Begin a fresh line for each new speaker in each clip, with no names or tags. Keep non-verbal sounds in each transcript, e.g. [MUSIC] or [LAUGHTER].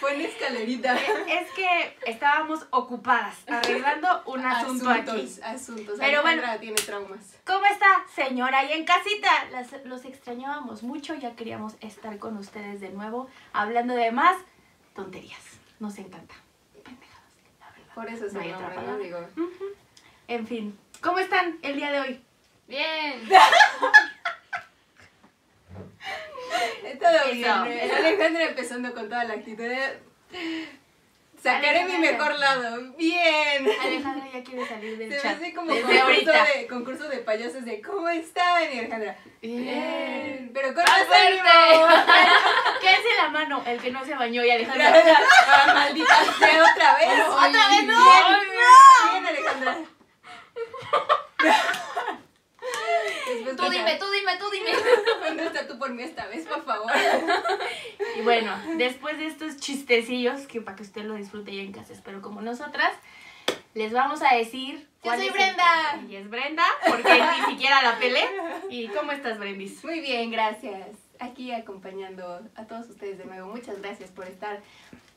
Fue en escalerita.
Es que estábamos ocupadas arreglando
[LAUGHS]
un asunto
asuntos,
aquí.
asuntos.
Pero
Pero
bueno.
bueno. tiene traumas.
¿Cómo está, señora? Y en casita, Las- los extrañábamos mucho, ya queríamos estar con ustedes de nuevo, hablando de más tonterías. Nos encanta. Pendejadas, la verdad.
Por eso es
No
el
hay otra
nombre, ¿no?
palabra.
Digo,
En fin, ¿cómo están el día de hoy?
Bien.
Todo bien.
Eso.
eh. Alejandra empezando con toda la actitud de... Sacaré mi
Alejandra.
mejor lado. Bien.
Alejandra ya quiere salir
Se
del
me
chat.
hace como
desde
concurso
ahorita.
de, concurso de payasos de ¿Cómo están? Y Alejandra, [LAUGHS]
Bien. [LAUGHS]
bien. Pero con
Más
más
fuerte.
ánimo.
¿Qué es la mano? El que no se bañó y Alejandra.
Ah, Maldita sea, otra vez.
Otra vez, no.
Bien,
No.
bien, Alejandra. Después
Tú
cuenta,
dime, tú dime, tú dime.
¿Dónde está tú por mí esta vez, por favor?
Y bueno, después de estos chistecillos, que para que usted lo disfrute ya en casa, espero como nosotras, les vamos a decir. cuál
soy
es el-
Brenda.
Y es Brenda, porque
[LAUGHS]
ni siquiera la pelé. ¿Y cómo estás, Brendis?
Muy bien, gracias. Aquí acompañando a todos ustedes de nuevo. Muchas gracias por estar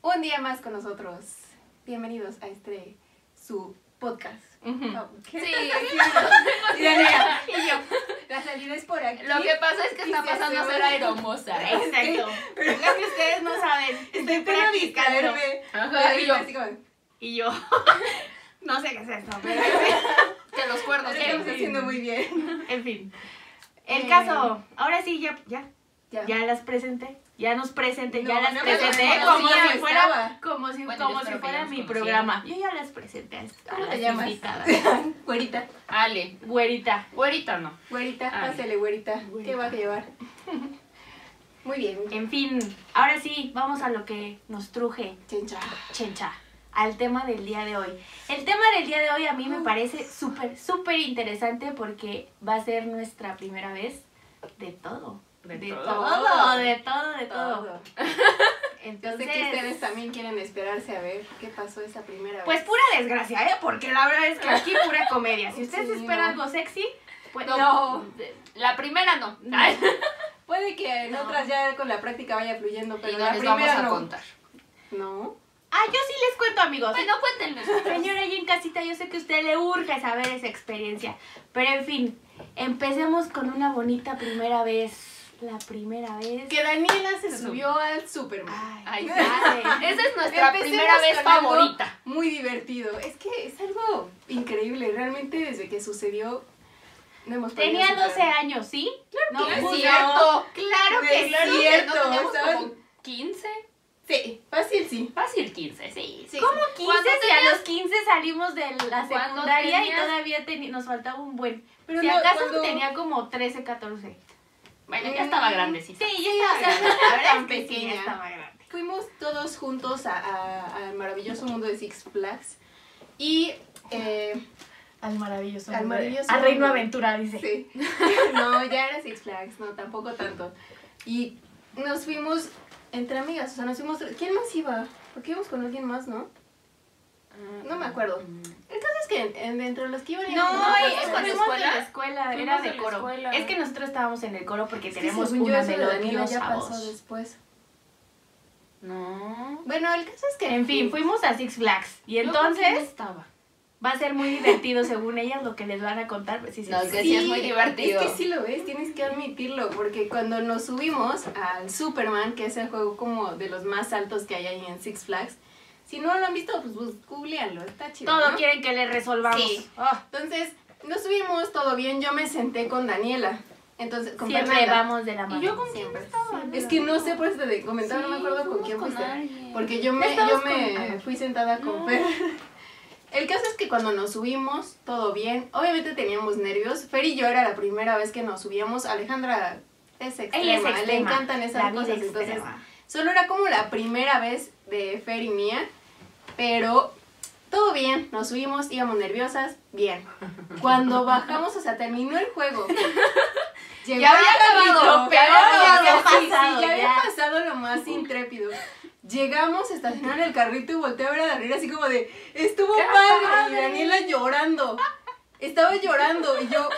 un día más con nosotros. Bienvenidos a este su podcast.
Ujú.
Oh, ¿qué?
Sí. [LAUGHS]
Y Daniela, [LAUGHS] y yo, la salida es por aquí.
Lo que pasa es que está pasando a ser aeromosa.
[LAUGHS]
Exacto. Lo que ustedes no saben.
Estoy para
practicando.
distraerme.
Ajá, y yo.
Así como,
Y yo. [LAUGHS] No sé qué es esto, pero.
Que los
Lo
cuernos.
estamos
¿eh?
haciendo muy bien.
En fin. El
Eh.
caso. Ahora sí, ya, ya. [LAUGHS] Ya las presenté. Ya nos presenté, ya
No,
las
no me
presenté
las
como
conocía,
si
estaba.
fuera, como si,
Bueno, yo
como si
espero que
fuera
ya nos
mi
conocieran.
programa. Yo ya las presenté a, a
¿Cómo
las
te llamas? [LAUGHS]
invitadas.
Güerita.
Ale.
Güerita.
Güerita no.
Güerita,
Ay.
pásale, güerita.
Güerita.
¿Qué vas a llevar? [LAUGHS] Muy bien.
En fin, ahora sí, vamos a lo que nos truje,
Chencha.
chencha, al tema del día de hoy. El tema del día de hoy a mí me parece súper, súper interesante porque va a ser nuestra primera vez de todo.
De
todo.
todo.
de todo, de todo.
Todo. Yo sé
Entonces,
que ustedes también quieren esperarse a ver qué pasó esa primera
Pues
vez.
pura desgracia, ¿eh? Porque la verdad es que aquí pura comedia. Si usted se
Sí,
espera
no.
algo sexy, pues
No.
[LAUGHS] La primera no.
Ay.
Puede que en otras ya con la práctica vaya fluyendo, pero
Y no
la
les vamos
primera
a
no.
contar.
No.
Ah, yo sí les cuento, amigos.
Bueno, cuéntenos.
Señora ahí en casita, yo sé que a usted le urge saber esa experiencia. Pero en fin, empecemos con una bonita primera vez. La primera vez.
Que Daniela se
Eso.
subió al Superman.
Ay,
Ay,
dale.
Esa [LAUGHS] es
Ah.
nuestra
Empecemos
primera vez
con algo
favorita.
Muy divertido. Es que es algo increíble. Realmente desde que sucedió no hemos podido
[LAUGHS] Tenía
superar.
12 años, ¿sí?
No,
no, pudo.
es cierto. Claro
pues No
que
es
sí.
cierto,
No teníamos
¿saben?
como 15.
Sí, fácil sí.
Fácil 15, sí. sí.
¿Cómo 15?
Cuando
Si a
tenías-
los 15 salimos de la
Cuando
secundaria y
tenías-
todavía teni- nos faltaba un buen.
Pero
si
no,
acaso
cuando-
tenía como 13, 14.
Bueno, ya
Mm.
estaba
Sí,
grandecita.
yo estaba
sí,
grande.
sí,
[LAUGHS] La verdad
tan
es que sí, ya
pequeña.
estaba grande.
Fuimos todos juntos a- a- al maravilloso mundo de Six Flags y eh,
Al maravilloso.
Al
mundo de-
maravilloso
Al reino
mundo.
aventura, dice.
[LAUGHS] sí. no, ya era Six Flags, no, tampoco tanto. Y nos fuimos entre amigas, o sea, nos fuimos... ¿Quién más iba? Porque íbamos con alguien más, ¿no? No me acuerdo.
Mm,
El caso es que en- en- entre los que iban...
No,
íbamos
¿No
y-
fuimos
nosotros.
fuimos
con
de
escuela?
la escuela,
Fuimos
era
de
de
la
coro.
escuela.
Es que nosotros estábamos en el coro porque
Es que
tenemos
según yo,
una
eso de Daniela ya
melodiosa
pasó
voz.
después.
No.
Bueno, el caso es que...
En fin, fuimos a Six Flags y
Luego, ¿quién
entonces
estaba.
va a ser muy divertido según ellas lo que les van a contar. pues, sí, sí,
Nos
sí.
decía- Sí, es muy divertido.
Es que sí lo ves, tienes que admitirlo, porque cuando nos subimos al Superman, que es el juego como de los más altos que hay ahí en Six Flags, si no lo han visto, pues, pues googleanlo, está chido.
Todo
¿no?
quieren que le resolvamos.
Sí.
Oh,
Entonces, nos subimos, todo bien, yo me senté con Daniela. Entonces, con
siempre
Fernanda.
vamos de la mano.
¿Y yo con
Siempre.
estaba?
Es que no sé por eso te comentaba, no me
Sí,
acuerdo con
fuimos
quién
con
fuiste.
alguien.
Porque yo me,
Estabas
yo
con-
me
ah.
fui sentada con
No.
Fer. El caso es que cuando nos subimos, todo bien. Obviamente teníamos nervios. Fer y yo era la primera vez que nos subíamos. Alejandra es extrema,
Ella es extrema.
le encantan esas
La vida
cosas.
extrema.
Entonces, solo era como la primera vez de Fer y mía. Pero todo bien, nos subimos, íbamos nerviosas, bien. Cuando bajamos, o sea, terminó el [LAUGHS] juego. Llegó
Ya había
el árbitro,
acabado,
ya
ya había
acabado, sí, sí,
pasado,
ya había
ya.
pasado lo más intrépido. Llegamos, estacionaron el carrito y volteé a ver a Daniela así como de, estuvo padre. Y Daniela llorando. Estaba llorando y yo,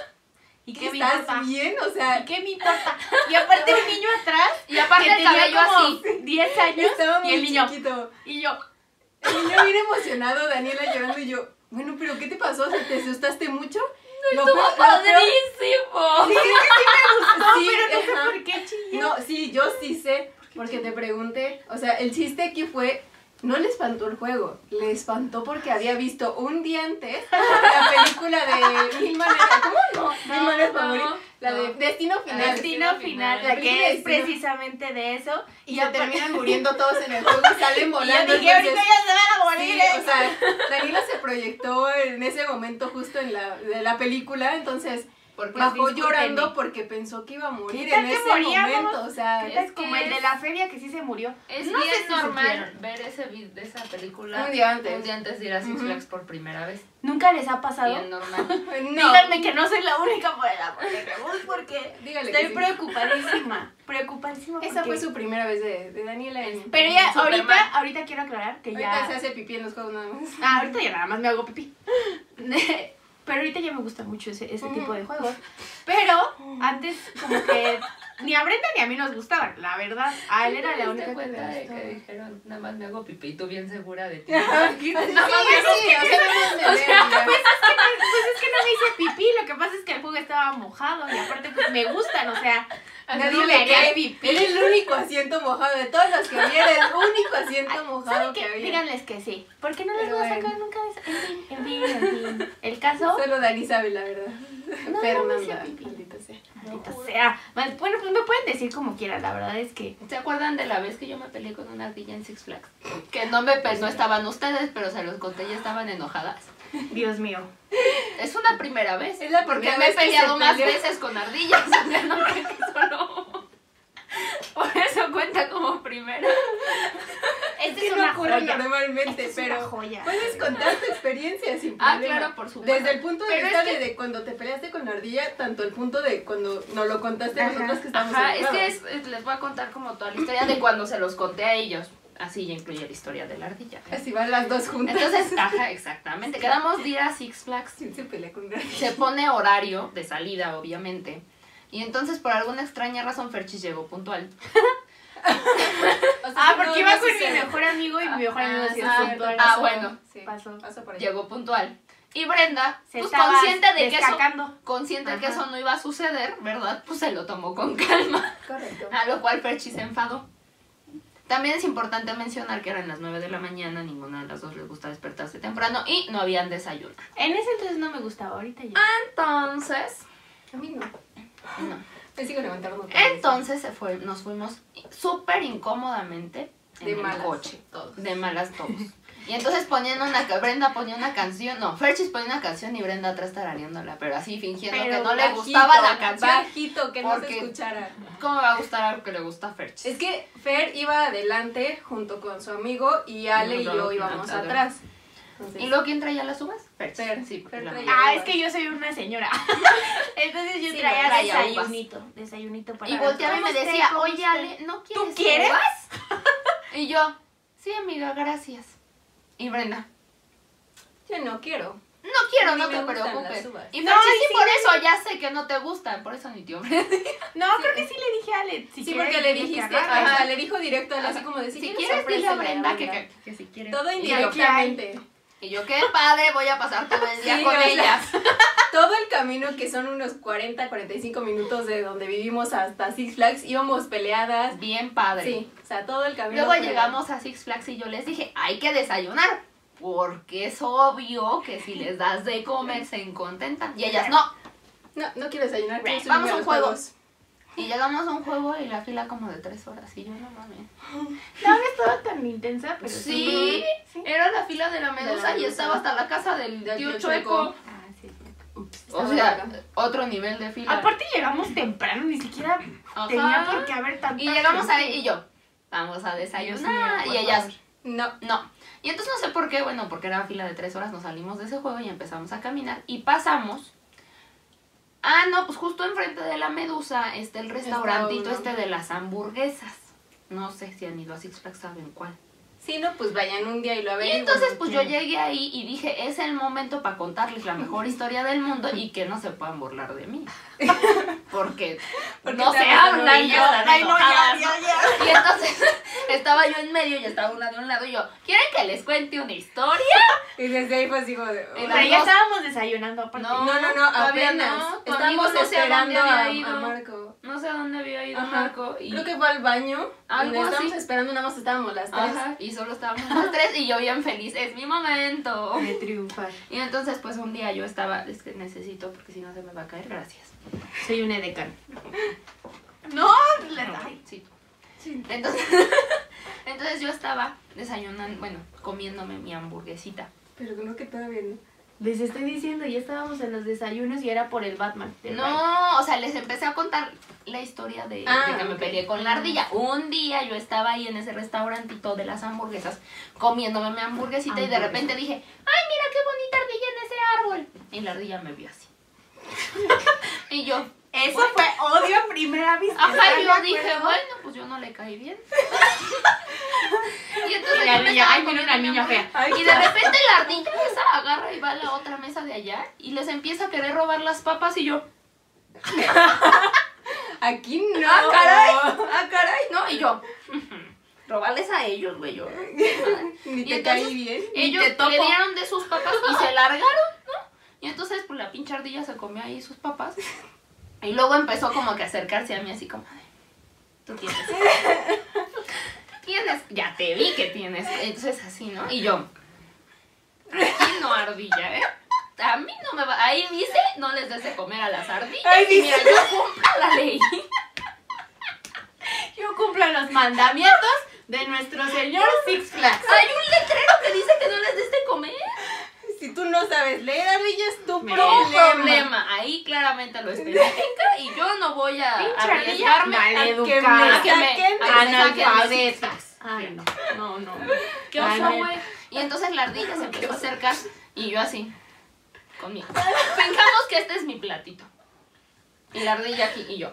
¿Y qué me importa?
¿Estás bien? O sea,
¿Y qué me importa? Y aparte un niño atrás
Y aparte
que
el cabello
tenía como
así.
10 años
estaba
y
muy
el niño.
chiquito. [LAUGHS]
Y yo,
El niño bien emocionado, Daniela llorando y yo, bueno, pero ¿qué te pasó? O sea, ¿Te asustaste mucho? No,
¡Estuvo padrísimo!
Sí, es que sí me [LAUGHS] gustó. sí,
no, pero no sé
ajá.
por qué chillé.
No, sí, yo sí sé, porque te pregunté. O sea, el chiste aquí fue, no le espantó el juego, le espantó porque había visto un día antes la película de Mil Maneras, ¿cómo no?
No,
Mil Maneras
no,
para morir. La de
no.
Destino Final.
Destino final, la
La película
que es
de Destino.
precisamente de eso.
Y, se
aparte-
terminan muriendo todos en el juego y salen
y
volando.
yo dije, ahorita
entonces-
ya se van a morir.
Sí,
¿eh?".
o sea, Daniela se proyectó en ese momento justo en la, de la película, entonces
Porque
bajó
discúlpenme.
llorando porque pensó que iba a morir
¿Qué tal
en
que
ese
moríamos?
momento, o sea,
es como
que
el de
es-
la feria que sí se murió.
es
No sé
bien
si
normal
supieron.
ver ese vi- de esa película
Un día antes.
un día antes de ir a Six
Ujú.
Flags por primera
[LAUGHS]
vez.
¿Nunca les ha pasado? [LAUGHS]
Bien normal.
no,
Díganme que no soy la única por el amor de Jesús, porque
dígale que
estoy
sí.
preocupadísima. Preocupadísima
Esa
porque-
fue su primera vez de, de Daniela en...
Pero ya,
Superman.
ahorita, ahorita quiero aclarar que ya...
Ahorita se hace pipí en los juegos nada más.
Ah, ahorita ya nada más me hago pipí. [LAUGHS] Pero ahorita ya me gusta mucho ese, ese
Ujú.
tipo de juegos. Pero antes como que ni a Brenda ni a mí nos gustaban, la verdad. A él era la
¿Te
única
diste
que
cuenta
le
de que
gustaba.
dijeron, nada más me hago pipí y tú bien segura de ti?
sí, sí, o sea, no me veo, ya.
Pues es que no me hice pipí, lo que pasa es que el juego estaba mojado y aparte pues me gustan, o sea,
Nadie
no
le
me haría
cae.
pipí.
Era el único asiento mojado de todos los que había, era el único asiento mojado
¿Saben
que
qué?
había.
Díganles que sí. Porque no les
Pero
voy a sacar
bueno.
nunca de eso. En fin, en fin, en fin. El caso.
Solo Dani sabe la verdad.
no
Fernanda,
hacía pipí.
maldita sea.
maldita sea. Mal- Bueno, pues me pueden decir como quieran, la verdad es que.
¿Se acuerdan de la vez que yo me peleé con una ardilla en Six Flags? Que no me
Pues
pe- no estaban ustedes, pero se los conté y estaban enojadas.
Dios mío.
Es una primera vez.
Es la
Porque
primera
me he
vez que
peleado
se
más
pelea.
veces con ardillas. [LAUGHS] o sea, no creo que solo- Por eso cuenta como primera.
Esta
Sí,
es
no
una
ocurre
joya.
normalmente,
Esta es
pero
una joya.
puedes contar tu experiencia sin
Ah,
problema.
claro, por supuesto.
Desde el punto de
Pero
vista
es que-
de cuando te peleaste con la ardilla, tanto el punto de cuando nos lo contaste
Ajá,
nosotros que estábamos
Ajá, es que
enojadas.
es- es- les voy a contar como toda la historia de cuando se los conté a ellos. Así ya incluye la historia de la ardilla. ¿eh?
Así van las dos juntas.
Entonces, ajá, exactamente. Quedamos de ir a Six Flags.
[LAUGHS] Sí, se pelea con una ardilla.
[LAUGHS] Se pone horario de salida, obviamente. Y entonces, por alguna extraña razón, Ferchis llegó puntual.
O sea,
Ah,
no,
porque
no
iba con mi
sucede.
mejor amigo y mi mejor amigo
Ah,
sí es
ah,
puntual.
ah,
pasó,
bueno.
sí,
Pasó.
pasó por allá.
Llegó puntual. Y Brenda,
Se
pues
estaba
consciente de que eso,
descacando.
consciente de que
Ajá.
eso no iba a suceder, ¿verdad? Pues se lo tomó con calma.
Correcto.
A lo cual Ferchi se enfadó. También es importante mencionar que eran las 9 de la mañana, ninguna de las dos les gusta despertarse temprano y no habían desayuno.
En ese entonces no me gustaba, ahorita ya.
Entonces,
A mí no.
no.
Me sigo levantando. otra vez.
entonces se fue, nos fuimos súper incómodamente en
De
el
malas.
coche.
Todos.
De malas todos. Y entonces ponían una, ca- Brenda ponía una canción, no, Ferchis ponía una canción y Brenda atrás tarareándola, pero así fingiendo
Pero
que no le
Bajito,
gustaba la canción.
Bajito, que no se
porque-
escuchara.
¿Cómo me va a gustar algo que le gusta a Ferchis?
Es que Fer iba adelante junto con su amigo y Ale y yo
Nosotros,
íbamos
nosotros.
atrás. Entonces,
¿Y luego quién traía las uvas? Ferchis.
Fer,
sí, porque
Fer
la
traía.
mamá.
Ah, es que yo soy una
[LAUGHS]
señora. Entonces yo
Sí,
traía,
no, traía uvas.
desayunito. Desayunito para
Y volteaba y me
¿Cómo
decía,
usted? ¿Cómo
oye
usted?"
Ale, ¿no quieres
¿Tú quieres?
uvas?" [LAUGHS] Y yo, sí amiga, gracias. Y Brenda,
Yo no quiero.
no quiero,
A mí
no
me
te
gustan
preocupes.
las uvas.
Y Ferchis,
No, y
sí,
sí,
por
no,
eso ya sé que no te gustan, por eso ni te ofrecí.
No, creo que sí le dije a Ale. Si
Sí,
quiere,
porque le
tienes que
dijiste,
agarrar.
ajá, le dijo directo a él, así como de,
[LAUGHS] Si,
"Sí,
quieres, dile a
ofrécele
Brenda que,
Brenda".
que- que si quieres.
Todo
Y yo,
indirectamente.
y yo, qué padre, voy a pasar todo el día
Sí,
con
o sea,
[LAUGHS] ellas.
Todo el camino, que son unos 40, 45 minutos de donde vivimos hasta Six Flags, íbamos peleadas.
Bien padre.
Sí, o sea, todo el camino.
Luego
fue-
llegamos a Six Flags y yo les dije, hay que desayunar. Porque es obvio que si les das de comer se encontentan. Y ellas no.
No, no quiero desayunar. quiero subirme
Vamos a un
los
juego.
juegos.
Y llegamos a un juego y la fila como de tres horas. Y yo no mames.
No, no estaba tan intensa, pero
Sí,
sí.
era la fila de la medusa y
medusa.
estaba hasta la casa del
Del
tío
tío
chueco.
Chueco.
Ah, sí, sí.
O
Estaba
sea,
loca.
otro nivel de fila.
Aparte llegamos temprano, ni siquiera
Ajá.
tenía por qué haber tanta
Y llegamos
gente.
ahí y yo, vamos a desayunar.
Dios mío,
y
por
ellas,
favor.
No.
No. Y entonces no sé por qué, bueno, porque era fila de tres horas, nos salimos de ese juego y empezamos a caminar y pasamos. Ah, no, pues justo enfrente de la Medusa está el restaurantito
uno.
este de las hamburguesas. No sé si han ido a Six Flags, saben cuál.
Si no, pues vayan un día y lo
Y
averigüen.
entonces pues yo
porque-
llegué ahí y dije, es el momento para contarles la mejor historia del mundo y que no se puedan burlar
[LAUGHS]
de mí. Porque,
Porque
no se
te hablan
hablan y
y
están
Ay, no, ya,
enojadas,
ya, ya.
¿no? Y entonces [LAUGHS] estaba yo en medio y estaba una de un lado y yo, ¿quieren que les cuente una historia?
Y desde ahí pues digo... de-
Y
Pero ya estábamos desayunando aparte.
No.
No, no, no,
todavía
apenas.
no. Tu amigo
Estamos
no sé a dónde
esperando a,
había ido.
a Marco.
No sé a dónde había ido
Ajá.
Marco y...
Creo que fue al baño.
Algo
Algo estábamos
así.
esperando, nada más estábamos las tres.
Ajá, y solo estábamos los tres y yo bien feliz, es
[LAUGHS]
mi momento.
De triunfar.
Y entonces pues un día yo estaba, es que necesito porque si no se me va a caer, gracias.
Soy un edecán. No, le- ay,
Sí. Entonces, [LAUGHS] entonces yo estaba desayunando, bueno, comiéndome mi hamburguesita.
Pero creo que todavía no.
les estoy diciendo, ya estábamos en los desayunos y era por el Batman. de Ryan.
No, o sea, les empecé a contar la historia de,
Ah,
de que me
ok.
peleé con la ardilla. Un día yo estaba ahí en ese restaurantito de las hamburguesas comiéndome mi hamburguesita y de
Hamburguesa.
repente dije, ay, mira qué bonita ardilla en ese árbol. Y la ardilla me
[LAUGHS]
vio así. y yo,
Eso fue odio a primera vista.
Ajá,
¿están
y
de
yo dije,
acuerdo?
bueno, pues yo no le caí bien. [LAUGHS] y entonces
Y la
yo me
niña,
estaba
ay, mira una
comiendo mi
niña
hamburguesa. Y de repente la ardilla esa agarra y va a la otra mesa de allá y les empieza a querer robar las papas y yo,
Aquí no.
ah, caray, ah, caray, no, y yo, [LAUGHS] robarles a ellos, güey, yo.
Ni
Y
te
entonces,
caí bien. ni
Ellos
te topo.
le dieron de sus papas y [LAUGHS] se largaron, ¿no? Y entonces, pues la pinche ardilla se comió ahí sus papas. Y luego empezó como que a acercarse a mí así como, "Ay, tú tienes. [LAUGHS] Tienes, ya te vi que tienes. Entonces así, ¿no? Y yo, aquí no ardilla, ¿eh? A mí no me va. Ahí dice, no les des de comer a las ardillas.
Ahí
Y mira,
dice.
yo cumplo la [LAUGHS] ley.
Yo cumplo los mandamientos de nuestro señor Six Flags.
Hay un letrero que dice que no les des de comer.
Si tú no sabes leer, ardilla es tu
Me-
problema.
un problema. Ahí claramente lo [LAUGHS] especifica y yo no voy a
Pinche
arriesgarme
ardilla
a
que me
maleducada.
que
saquen
me, a que me saquen de
analfabeta.
Six Flags.
Ay, no, no, no.
Qué
Ay,
oso,
no.
güey. Y entonces la ardilla se empezó a acercar y yo así, conmigo. [LAUGHS] Fijamos que este es mi platito. Y la ardilla aquí y yo.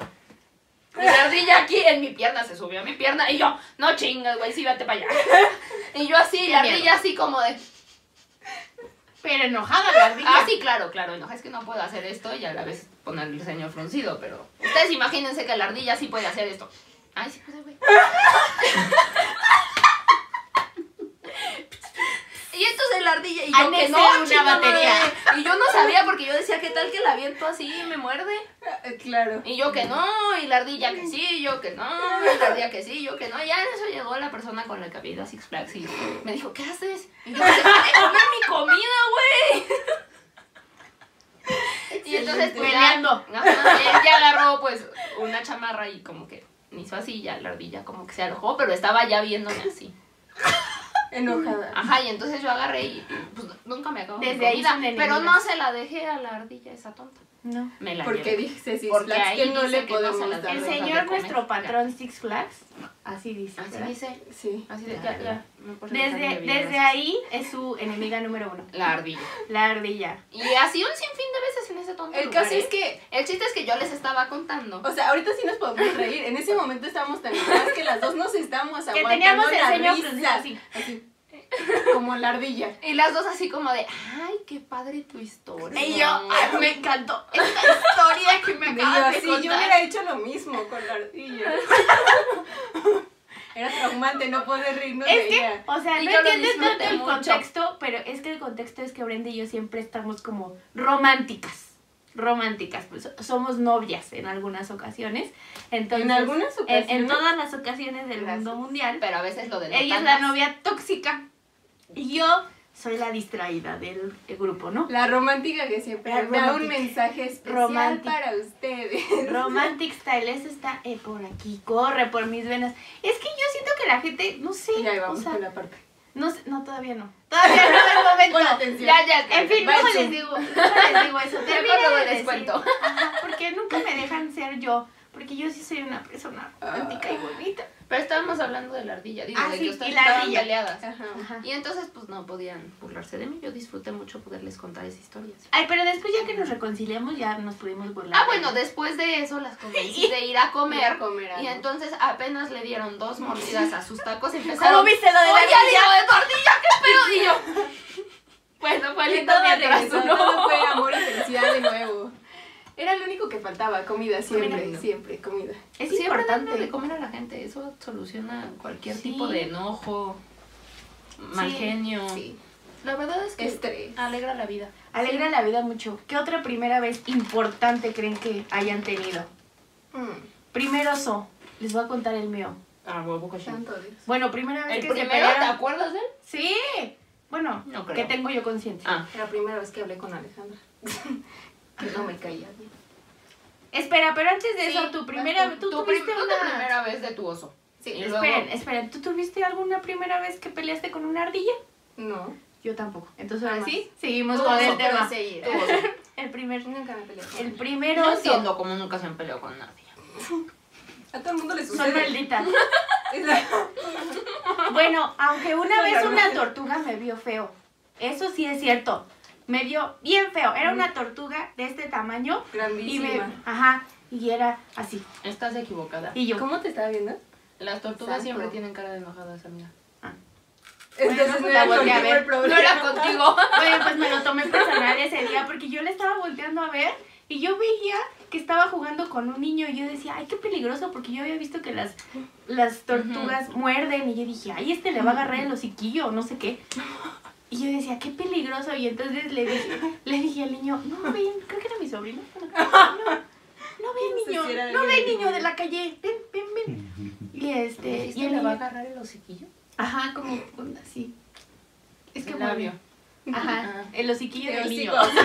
Y la ardilla aquí en mi pierna se subió a mi pierna y yo, no chingas, güey, sí, vete [LAUGHS] para allá. Y yo así, y la
miedo.
ardilla así como de,
Pero enojada la
Ah,
ardilla.
sí, claro, claro. enoja, es que no puedo hacer esto y a la vez poner el señor fruncido, pero. Ustedes imagínense que la ardilla sí puede hacer esto. Ay, sí puede, güey. [LAUGHS] Y entonces la ardilla y yo
Anexé
que no,
una
chinga madre.
batería.
Y yo no sabía porque yo decía, ¿qué tal que la viento así y me muerde?
Eh, Claro.
Y yo que no, y la ardilla que sí, y yo que no, y la ardilla que sí, y yo que no. Ya en eso llegó la persona con la que había ido a Six Flags y me dijo, ¿qué haces? Y yo, se puede comer mi comida, güey. Y entonces, pues, ya-
Peleando.
ajá, él ya agarró, pues, una chamarra y como que me hizo así, y ya la ardilla como que se alojó, pero estaba ya viéndome así.
Enojada.
Ajá, y entonces yo agarré y, pues, nunca me acabó mi
Desde ahí
comida,
son enemigas.
Pero no se la dejé a la ardilla esa tonta.
No.
Me la
Porque
llevé.
dice si
Porque
Flags
ahí
que no
dice
le
que no se
podemos
las
dar.
El
dejan de
señor,
comer.
nuestro patrón Six Flags, así dice.
Así
¿verdad?
dice.
Sí.
Así de, ya, ya. me puse a pensar
Desde,
en mi vida,
desde
gracias.
ahí es su enemiga número uno,
La ardilla.
la ardilla.
Y así un sinfín de veces en ese tonto
El
lugar,
caso
¿eh?
es que,
El chiste es que yo les estaba contando.
o sea, ahorita sí nos podemos reír. En ese momento estábamos tan enojadas que las dos nos estábamos
Que
aguantando
teníamos el
la
ceño
risa.
fruncido, sí.
Así. Como la ardilla.
Y las dos así como de, ay, qué padre tu historia.
Y yo, ay, me encantó esta historia que me
Y yo
acabas de
así, yo
contar.
hubiera hecho lo mismo con la
[LAUGHS]
ardilla. Era traumante no poder reírnos
Es
de
que,
ella.
o sea,
Y
no
yo lo
entiendes tanto
disfruté
el
mucho.
contexto, pero es que el contexto es que Brenda y yo siempre estamos como románticas. Románticas, pues so- somos novias en algunas ocasiones. Entonces,
En algunas
en-
ocasiones.
En, todas las ocasiones del
Gracias.
mundo mundial.
Pero a veces lo de
Ella es la novia tóxica y yo soy la distraída del grupo, ¿no?
La romántica que siempre
La
da un
romántica.
mensaje especial
Romántica.
para ustedes. [LAUGHS]
Romantic Style, eso está eh, por aquí, corre por mis venas. Es que yo siento que la gente, no sé,
Y ahí vamos
o sea,
con la parte.
no, sé- no, todavía no. Todavía no es el momento.
Pon atención.
Ya, ya.
En fin,
Va el
luego les
Zoom.
digo, luego les digo eso.
Mejor
Terminen
luego
de
les
decir.
cuento.
Ajá, porque nunca me dejan ser yo. Porque yo sí soy una persona romántica y bonita.
Pero estábamos hablando de la ardilla, digo,
Ah,
de
sí,
que
y
ustedes
la
estaban
ardilla.
peleadas.
Ajá.
Y entonces, pues no podían burlarse de mí. Yo disfruté mucho poderles contar esas historias.
Ay, pero después ya que nos reconciliamos ya nos pudimos burlar.
Ah, bueno, después de eso las convencí de ir
[LAUGHS]
a comer.
comer
Y
algo.
entonces apenas le dieron dos mordidas a sus tacos y empezaron.
¿Cómo viste lo de la
¡Oye,
ardilla?
digo, de tortilla, qué pedo! Y yo. Bueno, fue
Y
lindo
todo
mientras
regresó,
duró. [LAUGHS]
todo fue amor y felicidad de nuevo. Era lo único que faltaba, comida, siempre,
Comida.
siempre, comida.
Es
Siempre
importante
dándole
de comer a la gente. Eso soluciona cualquier
Sí.
tipo de enojo, mal
Sí.
genio.
Sí, este,
La verdad es que
estrés.
alegra la vida.
Alegra la vida mucho. ¿Qué otra primera vez importante creen que hayan tenido?
Mm,
Primer oso. Les voy a contar el mío.
Ah, huevo, que sí.
santo Dios.
Bueno, primera vez
¿El
que se
primero? ¿Te
pelearon.
acuerdas de él?
Sí. Bueno,
No creo.
que tengo yo conciencia.
Ah.
La primera vez que hablé con Alejandra. [LAUGHS] que no me caía bien.
Espera, pero antes de
Sí,
eso, tu primera
vas
tú
tu,
tuviste
prim- tú tu
una
primera vez de tu oso.
Sí,
y luego,
Esperen, esperen, ¿tú tuviste alguna primera vez que peleaste con una ardilla?
No.
Yo tampoco. Entonces, ahora
Ah,
sí,
¿sí?
seguimos
Tú
con
oso,
el
pero
tema.
seguir.
tu oso.
El primer
Nunca me peleé. con
el
él.
primer
No
oso.
entiendo cómo nunca se han peleado con nadie.
A todo el mundo le [LAUGHS]
Son
sucede.
malditas.
[LAUGHS]
Bueno, aunque una
Son
vez una
malditas.
tortuga me vio feo. Eso sí es cierto. Me vio bien feo.
Mm.
Era una tortuga de este tamaño y me
Grandísima.
ajá, y era así.
Estás equivocada.
Y yo
¿Cómo te estaba viendo?
Las tortugas
Exacto.
siempre tienen cara de enojadas, amiga.
Entonces
no
no
la
era
volteé a
contigo
ver.
el problema.
No era contigo.
Oye, pues me lo tomé personal ese día porque yo le estaba volteando a ver y yo veía que estaba jugando con un niño y yo decía, ay, qué peligroso porque yo había visto que las, las tortugas muerden y yo dije, ay, este le va a agarrar el hociquillo o no sé qué. Y yo decía, qué peligroso. Y entonces le dije, le dije al niño, no ven, creo que era mi sobrino. No, no ven,
[LAUGHS] No sé
niño,
si era
no
alguien de
ven,
mi
niño de la calle, ven, ven, ven. Y este, y
¿Y
el
le va a
niño,
agarrar el hociquillo?
ajá, como con- así. Es que
El
muerde.
labio.
Ah.
Ajá, el hociquillo del
El
niño.
hocico.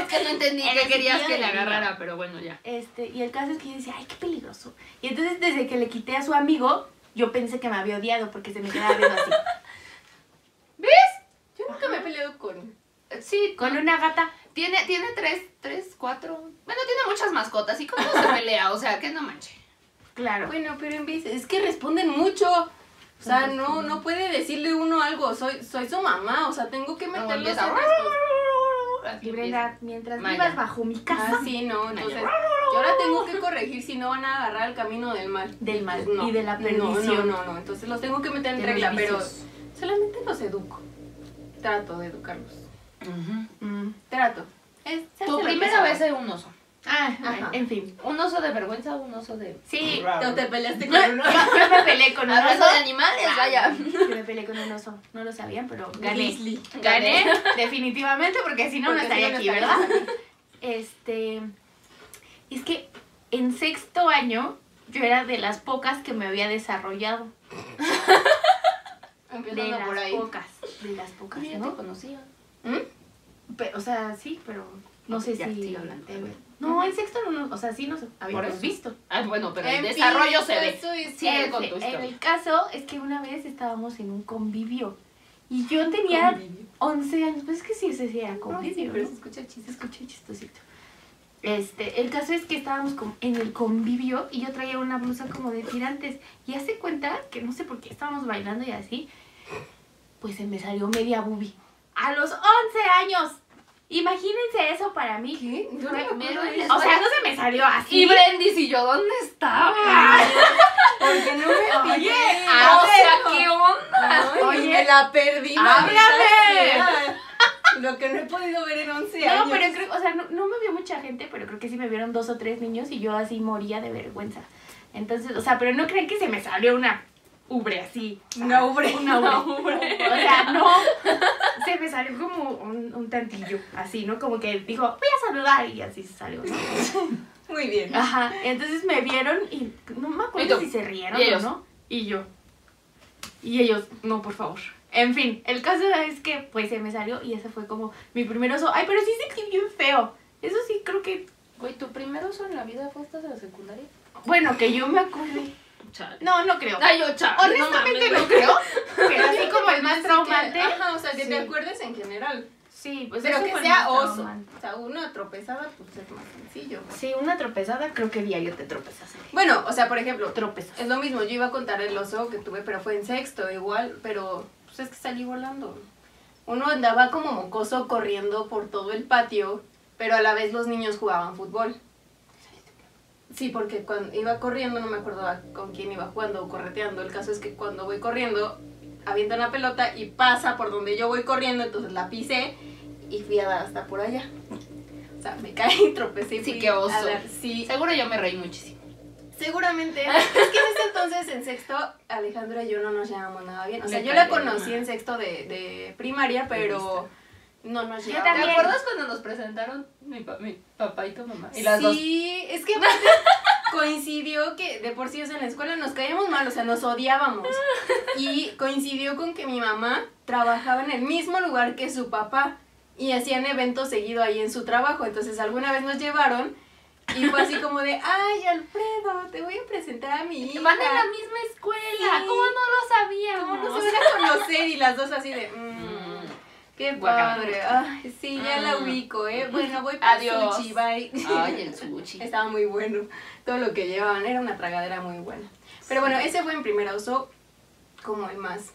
Es que no entendí
El
que querías
hociquillo
que le
del niño.
agarrara, pero bueno, ya.
Este, y el caso es que yo decía, ay, qué peligroso. Y entonces desde que le quité a su amigo, yo pensé que me había odiado porque se me quedaba viendo
[LAUGHS]
así.
¿Ves?
Yo nunca me he peleado con.
Eh, Sí,
Con una gata.
tiene, tiene tres, tres, cuatro. Bueno, tiene muchas mascotas. ¿Y cómo se pelea? O sea, que no manche.
Claro.
Bueno, pero en vez. Es que responden mucho. O sea, no, no puede decirle uno algo. Soy, soy su mamá. O sea, tengo que
Luego
meterlos
empieza,
en respuesta.
Y Brenda, mientras
Maya.
vivas bajo mi casa
Ah, sí, no. Entonces, yo ahora tengo que corregir si no van a agarrar el camino del mal.
del mal
Pues no,
y de la
no,
perdición.
no, no, no. Entonces los tengo que meter en
de los
regla, pero
vicios.
solamente los educo. Trato de educarlos.
Ujú.
Mm.
Trato. Es- se hace
Tu
la
primera
pesada.
vez de un oso.
Ah,
Ajá.
en fin.
¿Un oso de vergüenza o un oso de.? Ah,
Sí.
¿No te peleaste con uno? [LAUGHS]
Yo me peleé con un oso.
Hablando de animales, vaya.
Yo me peleé con un oso. No lo sabían, pero gané.
Grizzly.
Gané, [LAUGHS] definitivamente, porque si no,
Porque
no
si
estaría
no, no
aquí, ¿verdad?
estarías
[LAUGHS] Este. Es que en sexto año yo era de las pocas que me había desarrollado. De
Empezando
las
por ahí.
pocas. De las pocas,
Mira, te
¿no?
conocía.
¿Mm?
Pe- o sea, sí, pero no sé
Ya,
si.
sigue hablando.
eh, no, en sexto no, nos- o sea, sí nos habíamos
eso.
visto. Eh,
Ah, bueno, pero
En
el desarrollo
fin,
se ve.
eso es-
Sigue
En-
con tu
en
historia.
el caso es que una vez estábamos en un convivio y
Ah,
yo tenía
Convivio.
11 años. Pues es que sí, ese sí era
No,
convivio.
sí, pero
¿no?
se escucha
Se
chiste.
escucha chistosito. Este, el caso es que estábamos como en el convivio y yo traía una blusa como de tirantes. Y hace cuenta que no sé por qué estábamos bailando y así, pues se me salió media boobie. A los 11 años. Imagínense eso para mí.
¿Qué? Yo no
Me-
me acuerdo de
O
eso.
sea, no se me salió así.
Y Brendis y yo, ¿dónde estaba?
Porque no me
Oye,
fijé.
a
o sea,
ver.
¿qué onda?
Ay,
Oye.
me la perdí. maldita
Háblame.
sea. Lo que no he podido ver en 11 años.
No, pero creo, o sea, no, no me vio mucha gente, pero creo que sí me vieron dos o tres niños y yo así moría de vergüenza. Entonces, o sea, pero no creen que se me salió una ubre así.
[LAUGHS] Una ubre.
Una ubre. O sea, no. Se me salió como un, un tantillo, así, ¿no? Como que dijo, voy a saludar y así se salió, ¿no?
Muy bien.
Ajá. Entonces me vieron y no me
Y
acuerdo
tú.
si se rieron
Y ellos.
o no. Y yo. Y ellos, no, por favor. En fin, el caso es que pues se me salió y ese fue como mi primer oso. Ay, pero sí sentí bien feo. Eso sí creo que.
Güey, ¿tu primer oso en la vida fue hasta la secundaria?
Bueno, que yo me acuerde.
Chale.
No, no creo.
Ay, yo, chale.
Honestamente no, creo. Pero así como el más traumante.
Ajá, o sea, que
Sí.
te acuerdes en general.
Sí, pues
Pero
eso
que
fue
sea
nuestro
oso.
romance.
O sea, una tropezada, pues es más sencillo.
Sí, una tropezada, creo que diario te tropezas.
Bueno, o sea, por ejemplo,
Tropezas.
es lo mismo. Yo iba a contar el oso que tuve, pero fue en sexto, igual. Pero pues es que salí volando. Uno andaba como mocoso corriendo por todo el patio, pero a la vez los niños jugaban fútbol. Sí, porque cuando iba corriendo, no me acuerdo a- con quién iba jugando o correteando. El caso es que cuando voy corriendo, avientan la pelota y pasa por donde yo voy corriendo, entonces la pisé y fui a dar hasta por allá. O sea, me caí, [LAUGHS] tropecé y
Sí,
fui
qué oso.
a dar- Sí,
Seguro yo me reí muchísimo. [LAUGHS]
Seguramente. Es que en ese entonces, en sexto, Alejandra y yo no nos llevamos nada bien. O sea,
Me
yo la
caí de
conocí
una.
en sexto de, de primaria, pero no nos
Yo
llevamos.
¿Te
También.
acuerdas cuando nos presentaron mi, pa- mi papá y tu mamá? Y las dos.
sí, es que
[LAUGHS]
aparte coincidió que de por sí, o sea, en la escuela nos caíamos mal, o sea, nos odiábamos.
[LAUGHS]
Y coincidió con que mi mamá trabajaba en el mismo lugar que su papá y hacían eventos seguido ahí en su trabajo. Entonces, alguna vez nos llevaron y fue así como de, ay, Alfredo, te voy a presentar a mi hija.
Van en la misma escuela.
Sí.
¿Cómo no
¿Cómo
lo sabíamos?
no se van a conocer? Y las dos así
[LAUGHS]
de. mm, qué
Guacamole.
padre. Ay, sí, ya la
Mm.
ubico,
[LAUGHS]
¿eh? Bueno, voy para
Adiós.
sushi, bye.
Ah.
Ay, el sushi.
[LAUGHS] Estaba muy bueno. Todo lo que llevaban era una tragadera muy buena. Pero bueno, ese fue en primer uso como el más.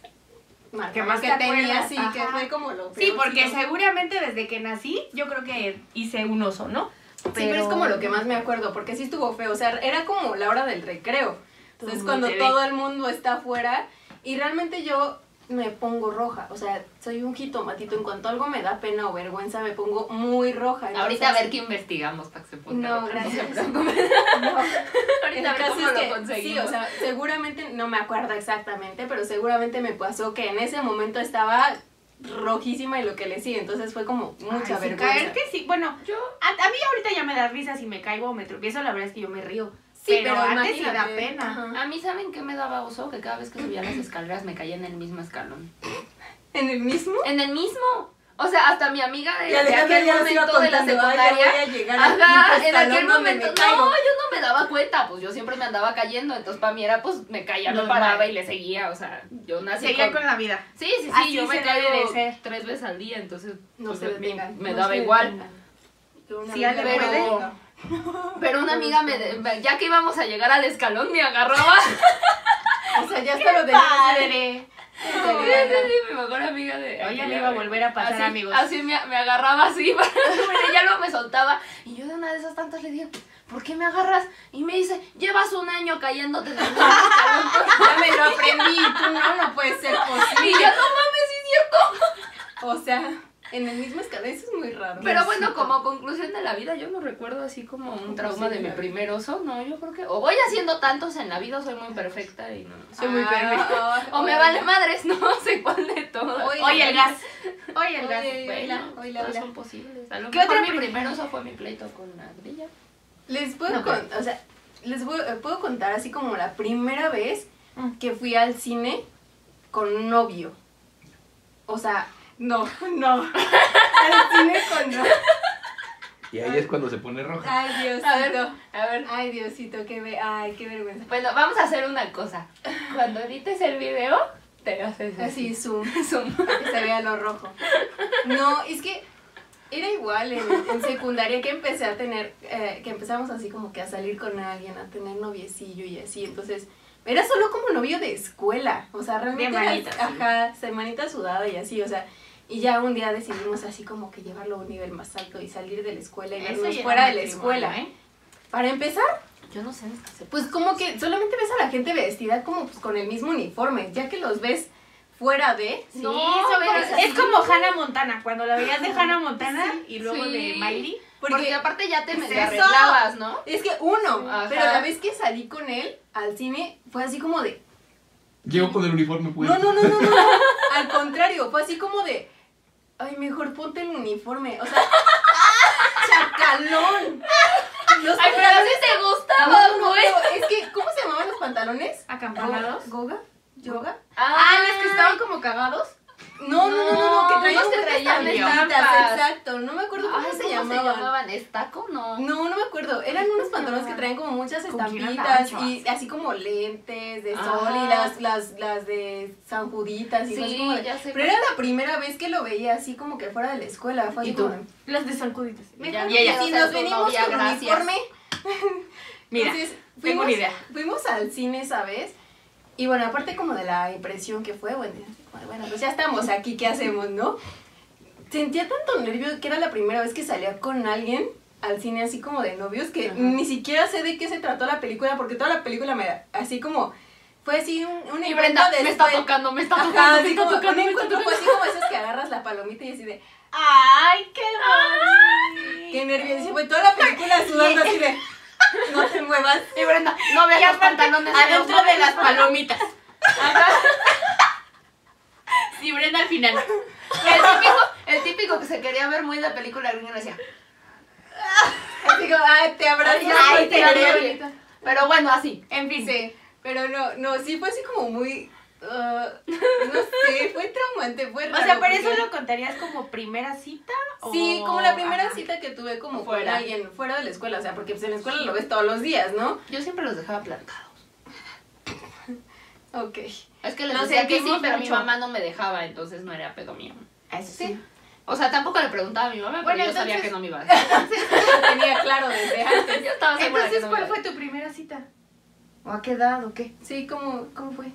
marcado
Que más
que
te
tenía,
acuerdas,
sí, que
ajá.
fue como lo.
Sí, porque
peorcito.
seguramente desde que nací, yo creo que hice un oso, ¿no?
Sí, pero es como lo que más me acuerdo, porque sí estuvo feo, o sea, era como la hora del recreo.
Todo
Entonces
el
cuando
mundo te ve.
todo el mundo está afuera y realmente yo me pongo roja, o sea, soy un jitomatito, en cuanto algo me da pena o vergüenza me pongo muy roja.
Ahorita a
entonces-
ver qué investigamos para que se
[LAUGHS]
ponga.
No,
otra.
gracias.
se preocupe.
El
[LAUGHS] Ahorita a ver
caso
cómo
es
lo
que,
conseguimos.
Sí, o sea, seguramente, no me acuerdo exactamente, pero seguramente me pasó que en ese momento estaba rojísima y lo que le sigue, entonces fue como mucha
Mucha vergüenza.
vergüenza.
Caerte, sí. Bueno,
yo
a, a mí ahorita ya me da risa si me caigo o me tropiezo, la verdad es que yo me río.
Sí,
pero, antes sí da
imagínate.
pena.
Ajá.
A mí, ¿saben qué me daba oso? Que cada vez que subía las escaleras me caía en el mismo escalón.
¿En el mismo?
En el mismo. O sea, hasta mi amiga de,
Y
de
Alejandra
aquel
ya nos iba
momento de la
contando, "Ay, ya
secundaria.
voy a llegar al
Ajá,
quinto
en
escalón donde
aquel
me
momento. No,
caigo".
yo no me daba cuenta, pues yo siempre me andaba cayendo. Entonces, para mí era, pues me caía, me
Normal.
paraba y le seguía. O sea, yo nací
Seguía con la vida.
Sí, sí, sí,
Así
yo me
se debe
caigo
de ser.
tres veces al día, entonces
No
pues,
se
me-
detengan.
me
no
daba
se
igual.
detengan. Yo una
Sí,
amiga
Ale,
me
pero-
dijo,
Pero una amiga me, de- me- ya que íbamos a llegar al escalón, me agarraba.
O sea, ya hasta lo tenía.
¡Padre!
Sí, sí, [LAUGHS] sí, mi mejor amiga de.
Hoy ya
aquella
le iba a
vez.
volver a pasar,
así,
amigos.
Así me, me agarraba así, [LAUGHS] pero ya luego me soltaba. Y yo de una de esas tantas le dije, ¿por qué me agarras? Y me dice, llevas un año cayéndote en el mismo escalón.
Ya me lo aprendí. y Tú no, no puede ser
Y
posible.
yo, no mames, sí es cierto.
O sea, en el mismo escalón. Eso es muy raro.
Pero bueno, como conclusión de la vida, yo no recuerdo así como un trauma de mi primer oso. No, yo creo que. O voy haciendo tantos en la vida, soy muy perfecta y no. Ah,
soy muy
perversa. [LAUGHS]
O me vale madres, no [LAUGHS] sé cuál de todas.
Oye,
Hoy el gas. Hoy el
Oye,
gas.
oye,
Bueno,
Hola, hola,
todas
hola.
son posibles. A lo
¿Qué
mejor
otra
mi
pri-
primer oso fue mi pleito con la grilla.
Les puedo,
No,
con- o sea, les voy- eh, puedo contar así como la primera vez
Mm.
que fui al cine con un novio. O sea, no, no. [LAUGHS] al cine con novio.
Y ahí es cuando se pone roja.
Ay, Diosito.
A ver, a ver.
Ay, Diosito, qué, ve- ay, qué vergüenza.
Bueno, vamos a hacer una cosa. Cuando edites el video, te haces
Así, [LAUGHS] zoom.
Zoom.
para que se vea lo rojo. No, es que era igual en, en secundaria que empecé a tener, eh, que empezamos así como que a salir con alguien, a tener noviecillo y así. Entonces, era solo como novio de escuela. O sea, realmente.
De
era-
manita, sí.
Ajá, semanita sudada y así, o sea. Y ya un día decidimos así como que llevarlo a un nivel más alto y salir de la escuela y
Eso
vernos
ya era
fuera de la
matrimonio,
escuela.
¿eh?
Para empezar,
Yo no sé en qué se
pues como que solamente ves a la gente vestida como pues, con el mismo uniforme, ya que los ves fuera de...
Sí,
No,
eso
pero
era-
es
es como Hannah Montana, cuando la veías de Hannah Montana y luego
sí.
de Miley.
Porque, aparte ya te
¿Qué es
medio
eso?
arreglabas, ¿no?
Es que uno,
Ajá.
pero la vez que salí con él al cine fue así como de.
Llegó con el uniforme puesto.
No, no, no, no, no. al contrario, fue así como de. Ay, mejor ponte el uniforme. O sea.
[LAUGHS]
¡Chacalón! Los
Ay, pero así
pantalones-
te
No,
gustaba, pues.
no, no,
güey.
pero es que, ¿cómo se llamaban los pantalones?
¿Acampanados?
¿Goga? ¿Yoga?
Ah,
los que estaban como cagados.
No, no, no, no, no, que traían
No, unos que traían
estampitas,
estampas.
Exacto, no me acuerdo cómo
Ay,
se llamaban.
¿Estaco? No.
No, no me acuerdo. Eran unos pantalones que traían como muchas
Como que eran
estampitas
anchos.
y así como lentes de sol
Ah.
y las, las, las de San Juditas y
Sí,
cosas como de-
ya sé
Pero era la primera vez que lo veía así como que fuera de la escuela. Fue
¿Y
así
tú?
como,
Las de zancuditas.
mejor
vi, ya
si
sé,
nos
tu
venimos
novia,
con
gracias. [LAUGHS]
uniforme.
Mira,
Entonces,
tengo
fuimos,
una idea.
fuimos al cine esa vez. Y bueno, aparte como de la impresión que fue, bueno, bueno, pues ya estamos aquí, ¿qué hacemos, no? Sentía tanto nervio que era la primera vez que salía con alguien al cine así como de novios que
Ajá.
ni siquiera sé de qué se trató la película porque toda la película me así como fue así un, un
Y
encuentro
Brenda,
de
me está
escuela.
tocando, me está
Ajá,
tocando, me
así
está
como un
tocando, me está
encuentro
tocando.
fue así como esos que agarras la palomita y así de
¡Ay, qué bonito!
qué nervios y fue toda la película sudando así de no te muevas
Y Brenda, no veas
Y
los
aparte,
pantalones.
adentro
no
de
veas
las
los pantalones.
palomitas. Sí, Brenda al final.
[LAUGHS] El típico, el típico que se quería ver muy de película gringa y decía,
así como ay te abrazas
ay, te
porque-
amo". Pero bueno, así.
En fin.
Sí, pero no, no, sí fue así como muy. ah, no sé, fue traumante, fue
O
raro.
sea, ¿pero
porque-
eso lo contarías como primera cita?
Sí,
o-
como la primera
Ajá.
cita que tuve como fuera.
Fuera.
con alguien fuera de la escuela, o sea, porque pues en la escuela lo ves todos los días, ¿no?
Yo siempre los dejaba plantados.
Ok. [LAUGHS]
Es que les
Nos
decía que sí,
sentimos
pero mi
mucho.
mamá no me dejaba, entonces no era pedo mío.
Ah, Eso sí.
O sea, tampoco le preguntaba a mi mamá, pero
Bueno,
yo sabía
entonces-
que no me iba a dejar.
Tenía claro desde antes.
Yo estaba segura
Entonces,
que no me
¿cuál
iba a
fue
dejar.
tu primera cita?
¿O ha quedado qué?
Sí, ¿cómo, cómo fue?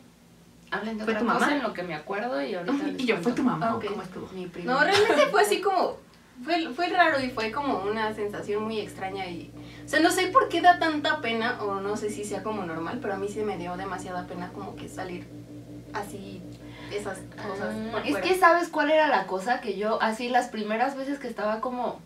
Hablen de
¿Fue
otra
tu
cosa
mamá?
en lo que me acuerdo y ahorita les cuento.
mamá.
Ah, ok.
¿Cómo estuvo?
Mi prima.
No, realmente
[LAUGHS]
fue [LAUGHS] así como. Fue, fue raro y fue como una sensación muy extraña y. O sea, no sé por qué da tanta pena, o no sé si sea como normal, pero a mí sí me dio demasiada pena como que salir así, esas cosas. por
Mm, es
fuera.
que sabes cuál era la cosa que yo así las primeras veces que estaba como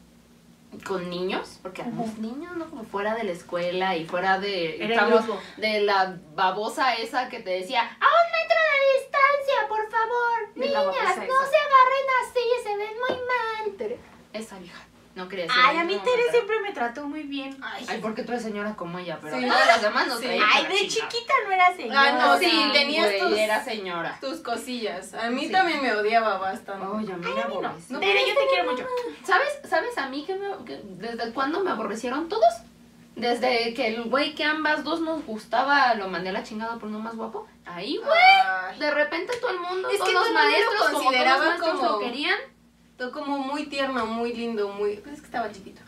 con niños, porque éramos niños, ¿no? Como fuera de la escuela y fuera de
Era
estamos-
grupo.
de la babosa esa que te decía, a un metro de distancia, por favor,
De la babosa
niñas, no
esa.
se agarren así, se ven muy mal.
Tere.
Esa vieja, no crees.
Ay, a mí Tere siempre me trató muy bien. Ay,
Ay, porque tú eres señora como ella, pero
Sí.
todas las demás no
Sí.
traían
Ay,
para
de
chingar.
chiquita no era señora.
Ah, no, sí,
Ay,
tenías
güey,
tus-
era señora.
[LAUGHS] Tus cosillas. A mí
Sí.
también me odiaba bastante.
Oye, a mí me
Ay, a mí no.
aborrecía.
Tere, yo te quiero mucho.
¿Sabes, ¿Sabes a mí que me- que- desde cuándo me aborrecieron todos? Desde que el güey que ambas dos nos gustaba lo mandé a la chingada por no más guapo. Ahí, güey.
Ay,
De repente todo el mundo,
Es que
todos
todo
los
el mundo lo
maestros, como todos los
consideraba
maestros
como-
lo querían.
Tú como muy tierno, muy lindo, muy... Pues es que estaba chiquito.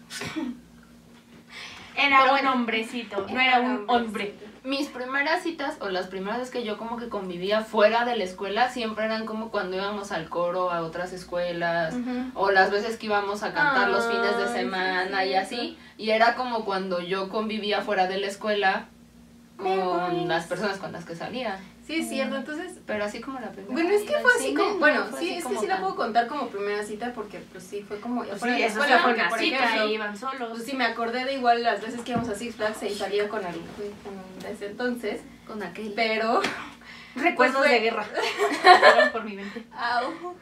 Era
Pero
un
bueno.
hombrecito, no era un hombre.
Mis primeras citas o las primeras veces que yo como que convivía fuera de la escuela siempre eran como cuando íbamos al coro a otras escuelas.
Ujú.
O las veces que íbamos a cantar los fines de
Ay,
semana
sí,
y así. Y era como cuando yo convivía fuera de la escuela con las personas con las que salía.
Sí, es cierto, entonces...
Pero así como la primera.
Bueno, es que
ida al
fue así
cine,
como...
¿no?
Bueno,
Fue
sí,
así
es que
como
sí la
tan-
puedo contar como primera cita porque pues sí, fue como...
Sí,
fuera de la
eso
escuela,
fue
porque,
una
por
cita,
ejemplo,
iban solos.
Pues sí, me acordé de igual las veces que íbamos a Six Flags y salía con alguien güey, con- desde entonces,
Con aquel.
pero... [LAUGHS]
Recuerdos
Pues fue-
de guerra. Pasaron por mi mente.
Au.